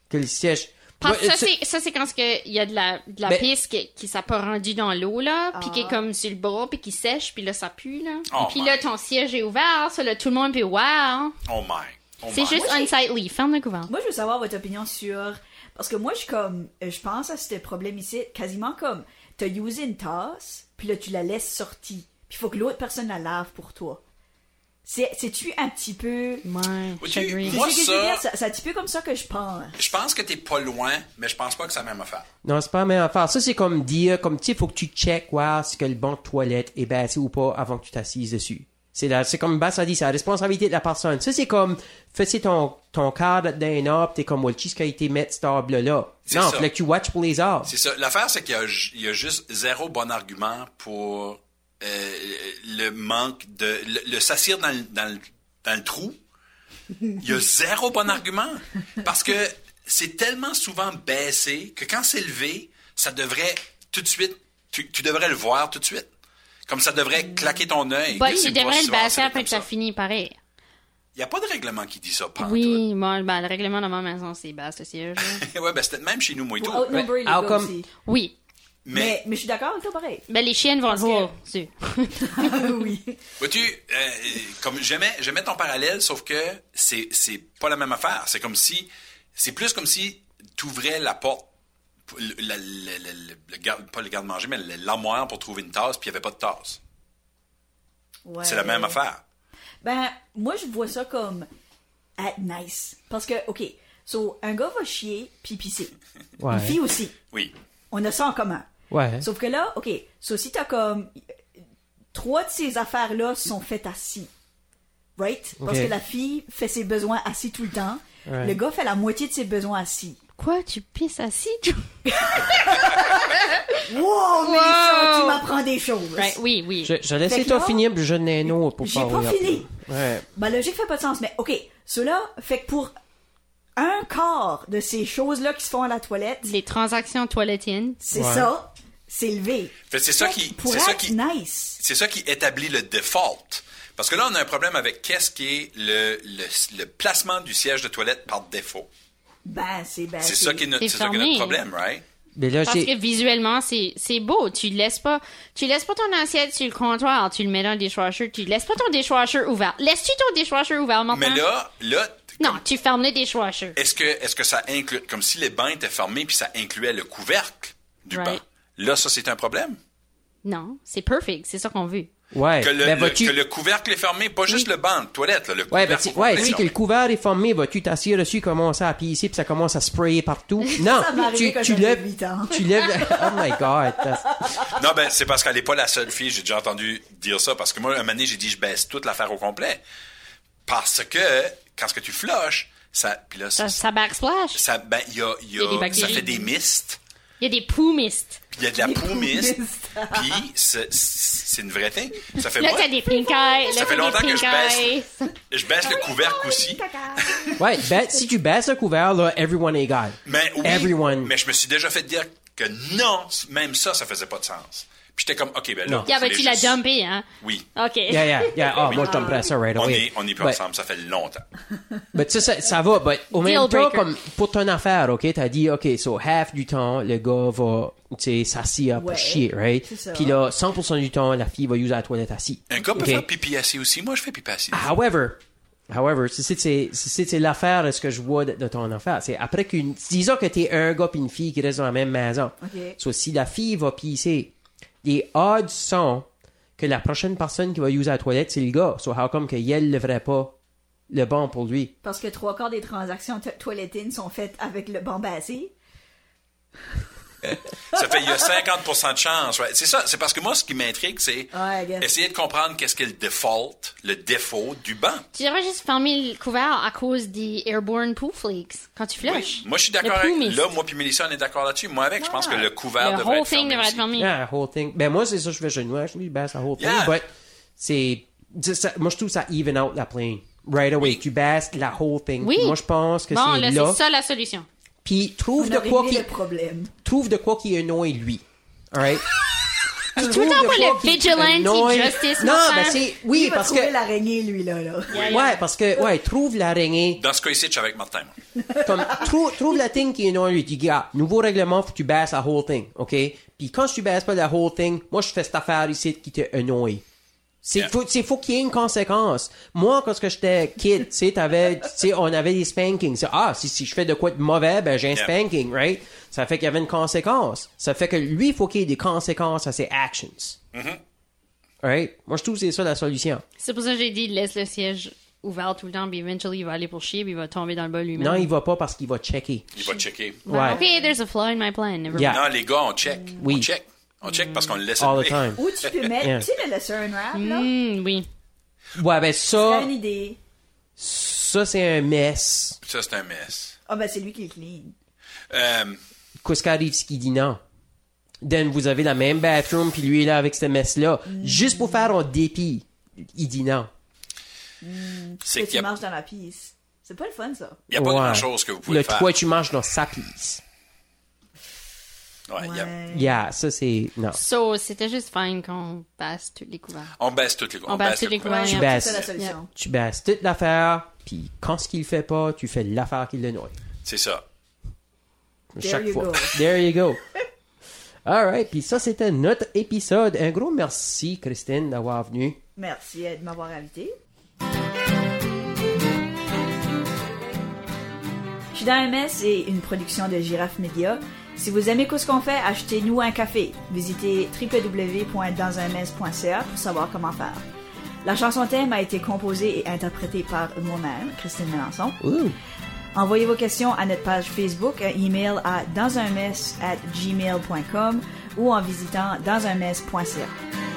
Speaker 2: que le siège?
Speaker 1: Parce que
Speaker 2: Ouais,
Speaker 1: ça,
Speaker 2: c'est-
Speaker 1: c'est, ça, c'est quand ce que il y a de la, de la
Speaker 2: Ben-
Speaker 1: pisse qui, qui s'est pas rendue dans l'eau, là, puis qui est comme sur le bras, puis qui sèche, puis là, ça pue, là.
Speaker 3: Oh
Speaker 1: puis
Speaker 3: my.
Speaker 1: là, ton siège est ouvert, ça, là, tout le monde est wow.
Speaker 3: Oh my. Oh
Speaker 1: C'est
Speaker 3: my.
Speaker 1: juste unsightly. Ferme le couvent.
Speaker 4: Moi, je veux savoir votre opinion sur. Parce que moi, je suis comme. euh, Je pense à ce problème ici, quasiment comme. T'as usé une tasse, puis là, tu la laisses sortie. Puis faut que l'autre personne la lave pour toi. C'est- C'est-tu un petit peu.
Speaker 1: Ouais,
Speaker 3: Oui, tu-
Speaker 1: j'agree.
Speaker 3: Moi,
Speaker 4: C'est ce que je veux
Speaker 3: ça-
Speaker 4: dire, c'est- C'est un petit peu comme ça que je pense.
Speaker 3: Je pense que t'es pas loin, mais je pense pas que ça m'a même affaire.
Speaker 2: Non, c'est pas la même affaire. Ça, c'est comme dire, comme, tu sais, faut que tu check, voir si que le banc de toilette est baissé ou pas avant que tu t'assises dessus. C'est la, c'est comme Bass a dit, c'est la responsabilité de la personne. Ça, c'est comme, fais c'est ton, ton cadre d'un arbre, t'es comme, well, qu'est-ce qui a été mettre cet arbre-là?
Speaker 3: C'est
Speaker 2: Non,
Speaker 3: ça.
Speaker 2: fallait que tu watch pour les arbres.
Speaker 3: C'est ça. L'affaire, c'est qu'il y a, ju- il y a juste zéro bon argument pour euh, le manque de. le, le s'assire dans, le- dans, le- dans le trou. Il y a zéro bon argument. Parce que c'est tellement souvent baissé que quand c'est levé, ça devrait tout de suite. Tu, tu devrais le voir tout de suite. Comme ça devrait claquer ton œil.
Speaker 1: Bon,
Speaker 3: que c'est
Speaker 1: tu
Speaker 3: pas
Speaker 1: devrais Bah, le
Speaker 3: souvent
Speaker 1: basser
Speaker 3: serré
Speaker 1: après
Speaker 3: comme
Speaker 1: que ça
Speaker 3: ça.
Speaker 1: finit, pareil.
Speaker 3: Il n'y a pas de règlement qui dit ça. pas en
Speaker 1: Oui, moi, ben, le règlement de ma maison, c'est basse le siège. là.
Speaker 3: tout. ouais, ben, c'était même chez nous, moi et tout.
Speaker 1: Oh,
Speaker 4: Pour outnumber les
Speaker 2: ah,
Speaker 4: gars
Speaker 2: comme-
Speaker 4: aussi.
Speaker 1: oui.
Speaker 3: Mais
Speaker 4: Mais, mais je suis d'accord avec toi pareil.
Speaker 1: Ben, les chiennes vont le
Speaker 4: Parce que-
Speaker 1: voir. dessus.
Speaker 4: oui.
Speaker 3: Vois-tu, euh, comme j'aimais, j'aimais ton parallèle, sauf que c'est, c'est pas la même affaire. C'est comme si, c'est plus comme si t'ouvrais la porte, le, la- le- le- le- le garde, pas le garde-manger, mais le- l'armoire pour trouver une tasse, puis il n'y avait pas de tasse.
Speaker 4: Ouais.
Speaker 3: C'est la même affaire.
Speaker 4: Ben, moi, je vois ça comme. ah, nice. Parce que, OK. So, un gars va chier, puis pisser.
Speaker 2: Ouais.
Speaker 4: Une fille aussi.
Speaker 3: Oui.
Speaker 4: On a ça en commun.
Speaker 2: Ouais.
Speaker 4: Sauf que là, OK, so si t'as comme... Trois de ces affaires-là sont faites assis. Right? Parce
Speaker 2: Ok.
Speaker 4: que la fille fait ses besoins assis tout le temps.
Speaker 2: Ouais.
Speaker 4: Le gars fait la moitié de ses besoins assis.
Speaker 1: Quoi, tu pisses assis, tu-
Speaker 4: Wow, mais ça, tu m'apprends des choses.
Speaker 1: Ben, oui, oui.
Speaker 2: Je, je laissais
Speaker 4: Fait que
Speaker 2: toi
Speaker 4: là,
Speaker 2: finir, puis je n'ai un autre pour
Speaker 4: J'ai pas
Speaker 2: parler
Speaker 4: fini.
Speaker 2: après. Ouais.
Speaker 4: Ma logique fait pas de sens, mais OK, cela fait que pour un quart de ces choses-là qui se font à la toilette,
Speaker 1: Les transactions toilettiennes.
Speaker 4: c'est
Speaker 2: Ouais.
Speaker 4: ça, c'est levé.
Speaker 3: Fait que c'est ça
Speaker 4: Fait
Speaker 3: qui-
Speaker 4: que Pour
Speaker 3: c'est ça
Speaker 4: être
Speaker 3: qui-
Speaker 4: nice.
Speaker 3: C'est ça qui établit le default. Parce que là, on a un problème avec qu'est-ce qui est le, le, le placement du siège de toilette par défaut.
Speaker 4: Ben, c'est ben.
Speaker 3: C'est ça qui est notre,
Speaker 1: C'est
Speaker 3: c'est ça qui est notre
Speaker 1: fermé.
Speaker 3: problème, right?
Speaker 2: Mais là,
Speaker 1: Parce
Speaker 2: j'ai,
Speaker 1: que visuellement, c'est c'est beau. Tu laisses pas, tu laisses pas ton assiette sur le comptoir, tu le mets dans le déchoir-cheux, tu laisses pas ton déchoir-cheux ouvert. Laisses-tu ton déchoir-cheux ouvert, maintenant?
Speaker 3: Mais là, là,
Speaker 1: Non, tu fermes le déchoir-cheux.
Speaker 3: Est-ce que, est-ce que ça inclut, comme si les bains étaient fermés puis ça incluait le couvercle du
Speaker 1: Right.
Speaker 3: bain? Là, ça, c'est un problème.
Speaker 1: Non, c'est perfect, c'est ça qu'on veut.
Speaker 2: ouais.
Speaker 3: Que le,
Speaker 2: Ben,
Speaker 3: le-
Speaker 2: vas-tu-
Speaker 3: que le couvercle est fermé, pas juste le banc de toilette, là, le
Speaker 2: Ouais, ben,
Speaker 3: couvercle
Speaker 2: tu-
Speaker 3: au
Speaker 2: ouais,
Speaker 3: complet,
Speaker 2: si
Speaker 3: là.
Speaker 2: que le couvert est formé, bah, tu t'assieds dessus, commence à pisser, puis ça commence à sprayer partout. Non,
Speaker 4: Ça m'est arrivé
Speaker 2: tu,
Speaker 4: quand
Speaker 2: tu
Speaker 4: j'avais
Speaker 2: lèves,
Speaker 4: huit ans.
Speaker 2: tu lèves, oh my god, that's-
Speaker 3: Non, ben, c'est parce qu'elle n'est pas la seule fille, j'ai déjà entendu dire ça, parce que moi, un moment donné, j'ai dit, je baisse toute l'affaire au complet. Parce que, quand ce que tu flushes, ça, puis là, ça,
Speaker 1: Ça, ça backsplash.
Speaker 3: ça- ben, il y a, il y
Speaker 1: Il y a des
Speaker 3: a, ça
Speaker 1: bactéries.
Speaker 3: fait des mistes.
Speaker 1: Il y a des poumistes.
Speaker 3: Puis il y a de la
Speaker 4: Des
Speaker 3: poumiste.
Speaker 4: poumistes.
Speaker 3: Puis c'est- c'est une vraie thing. Ça fait
Speaker 1: Là,
Speaker 3: moi-
Speaker 1: t'as des pink eyes.
Speaker 3: Ça
Speaker 1: là,
Speaker 3: fait
Speaker 1: t'as des
Speaker 3: longtemps que
Speaker 1: pink
Speaker 3: je baisse.
Speaker 1: eyes.
Speaker 3: Je baisse le couvercle aussi.
Speaker 2: Ouais, ba- si tu baisses le couvert, là, everyone est guy.
Speaker 3: Mais oui,
Speaker 2: Everyone.
Speaker 3: mais je me suis déjà fait dire que non, même ça, ça faisait pas de sens. Puis j'étais comme, OK, ben là...
Speaker 2: Non.
Speaker 1: Yeah,
Speaker 3: vous
Speaker 1: but tu
Speaker 3: allez
Speaker 1: l'as
Speaker 3: juste-
Speaker 1: jumpé, hein?
Speaker 3: Oui.
Speaker 1: OK.
Speaker 2: Yeah, yeah, yeah. Ah, moi, je t'embrasse ça right
Speaker 3: On
Speaker 2: away.
Speaker 3: est, on est plus
Speaker 2: But-
Speaker 3: ensemble, ça fait longtemps.
Speaker 2: Mais tu sais, ça, ça va, mais
Speaker 1: Deal
Speaker 2: au même temps,
Speaker 1: breaker.
Speaker 2: comme pour ton affaire, ok, t'as dit, ok, so half du temps, le gars va, tu sais, s'assire pour
Speaker 4: Ouais,
Speaker 2: chier, right?
Speaker 4: c'est ça.
Speaker 2: Puis là, 100% du temps, la fille va user la toilette assise.
Speaker 3: Un gars peut
Speaker 2: Ok.
Speaker 3: faire pipi assis aussi. Moi, je fais pipi assis.
Speaker 2: However, however, si c'est- c'est si c'est- c'est l'affaire, est-ce que je vois de, de ton affaire, c'est après qu'une, disons que t'es un gars puis une fille qui reste dans la même maison.
Speaker 4: Ok.
Speaker 2: So, si la fille va pisser, les odds sont que la prochaine personne qui va user la toilette, c'est le gars. So, how come que Yel le ferait pas le bon pour lui?
Speaker 4: Parce que trois quarts des transactions to- toilettines sont faites avec le bambasé.
Speaker 3: Ça fait, il y a 50 de chance. ouais. C'est ça. C'est parce que moi, ce qui m'intrigue, c'est
Speaker 4: Ouais, I guess.
Speaker 3: essayer de comprendre qu'est-ce qu'est le default, le défaut du banc.
Speaker 1: Tu devrais juste fermer le couvert à cause des airborne poo flakes quand tu flushes.
Speaker 3: Moi, je suis d'accord
Speaker 1: Le poo
Speaker 3: avec...
Speaker 1: mist.
Speaker 3: Là, moi puis Mélissa, on est d'accord là-dessus. Moi, avec, je pense que le couvert
Speaker 1: Le
Speaker 3: devrait
Speaker 1: whole
Speaker 3: être
Speaker 1: thing
Speaker 3: fermé
Speaker 1: devrait
Speaker 3: aussi.
Speaker 1: être fermé.
Speaker 2: Yeah, whole thing. Ben moi, c'est ça que je fais chez nous. Actually, ben, c'est whole thing.
Speaker 3: Yeah.
Speaker 2: But c'est... c'est- ça- moi, je trouve ça even out la plane. Right away. Tu baisses la whole thing.
Speaker 1: Oui.
Speaker 2: Moi, je pense que
Speaker 1: Bon,
Speaker 2: c'est
Speaker 1: là,
Speaker 2: là.
Speaker 1: c'est ça la solution.
Speaker 2: Puis trouve
Speaker 4: On
Speaker 2: de
Speaker 4: a
Speaker 2: quoi
Speaker 4: réglé
Speaker 2: qui...
Speaker 4: le problème.
Speaker 2: Trouve de quoi qui annoie lui. Alright? Tout
Speaker 1: le temps pas le vigilante justice,
Speaker 2: Non,
Speaker 1: mon
Speaker 2: ben
Speaker 1: frère.
Speaker 2: c'est...
Speaker 4: Il
Speaker 2: Oui,
Speaker 4: va
Speaker 2: parce
Speaker 4: trouver
Speaker 2: que...
Speaker 4: l'araignée, lui, là. là.
Speaker 1: Yeah, yeah.
Speaker 2: Ouais, parce que... Ouais, trouve l'araignée.
Speaker 3: Dans ce cas-ci, je suis avec Martin. moi.
Speaker 2: Comme, trouve, trouve la thing qui annoie lui. Tu dis, ah, nouveau règlement, faut que tu baisses la whole thing. OK? Puis quand tu baisses pas la whole thing, moi, je fais cette affaire ici qui te annoie. C'est
Speaker 3: Yeah.
Speaker 2: faut, c'est faut qu'il y ait une conséquence. Moi, quand ce que j'étais kid, tu sais, t'avais, tu sais, on avait des spankings. C'est, ah, si, si je fais de quoi de mauvais, ben j'ai un
Speaker 3: Yeah.
Speaker 2: spanking, right? Ça fait qu'il y avait une conséquence. Ça fait que lui, il faut qu'il y ait des conséquences à ses actions.
Speaker 3: Mm-hmm.
Speaker 2: Right? Moi, je trouve que c'est ça la solution.
Speaker 1: C'est pour ça que j'ai dit laisse le siège ouvert tout le temps, puis eventually il va aller pour chier, puis il va tomber dans le bol lui-même.
Speaker 2: Non, il va pas parce qu'il va checker.
Speaker 3: Il va checker.
Speaker 2: Ouais.
Speaker 1: Ok, there's a flaw in my plan. Never
Speaker 2: Yeah.
Speaker 3: Non, les gars, on check.
Speaker 2: Oui.
Speaker 3: On check. On check parce qu'on le laisse
Speaker 2: All
Speaker 3: aller.
Speaker 2: the time.
Speaker 4: Ou tu peux mettre,
Speaker 2: Yeah.
Speaker 4: tu sais, le Lucerne Wrap, là.
Speaker 1: mind. Hmm, oui.
Speaker 2: Ouais, ben ça,
Speaker 4: T'as une idée.
Speaker 2: ça, c'est un mess.
Speaker 3: Ça, c'est un mess.
Speaker 4: Ah, ben, c'est lui qui le clean.
Speaker 3: Euh,
Speaker 2: qu'est-ce qui arrive ce qu'il dit non. Then vous avez la même bathroom, puis lui est là avec cette messe-là. Juste pour faire un dépit, il dit non.
Speaker 3: c'est
Speaker 4: Que
Speaker 3: qu'il y
Speaker 4: tu
Speaker 3: a
Speaker 4: marches dans la piste. C'est pas le fun, ça.
Speaker 3: Il n'y a pas
Speaker 2: Ouais.
Speaker 3: grand-chose que vous pouvez
Speaker 2: Le
Speaker 3: faire.
Speaker 2: toit, tu manges dans sa pièce.
Speaker 3: Ouais, il y a-
Speaker 4: Ouais.
Speaker 2: Yeah, ça c'est... Non.
Speaker 1: So, c'était juste fine qu'on passe tous les couverts.
Speaker 3: On baisse toutes les
Speaker 1: On baisse tous les
Speaker 3: Ah,
Speaker 1: couverts.
Speaker 4: Ouais,
Speaker 2: Tu
Speaker 1: yeah.
Speaker 4: c'est
Speaker 2: baisses.
Speaker 4: ça la solution.
Speaker 2: Tu baisses toute l'affaire, puis quand ce qu'il fait pas, tu fais l'affaire qu'il le noie.
Speaker 3: C'est ça.
Speaker 4: There
Speaker 2: Chaque
Speaker 4: you
Speaker 2: fois.
Speaker 4: go.
Speaker 2: There you go. Alright, puis ça c'était notre épisode. Un gros merci, Christine, d'avoir venu.
Speaker 4: Merci euh, de m'avoir invité. Je suis dans MS c'est une production de Giraffe Media. Si vous aimez ce qu'on fait, achetez-nous un café. Visitez www.dansms.ca pour savoir comment faire. La chanson thème a été composée et interprétée par moi-même, Christine Melançon.
Speaker 2: Ouh.
Speaker 4: Envoyez vos questions à notre page Facebook, un email à dansunmess@gmail.com ou en visitant dansunmess.ca.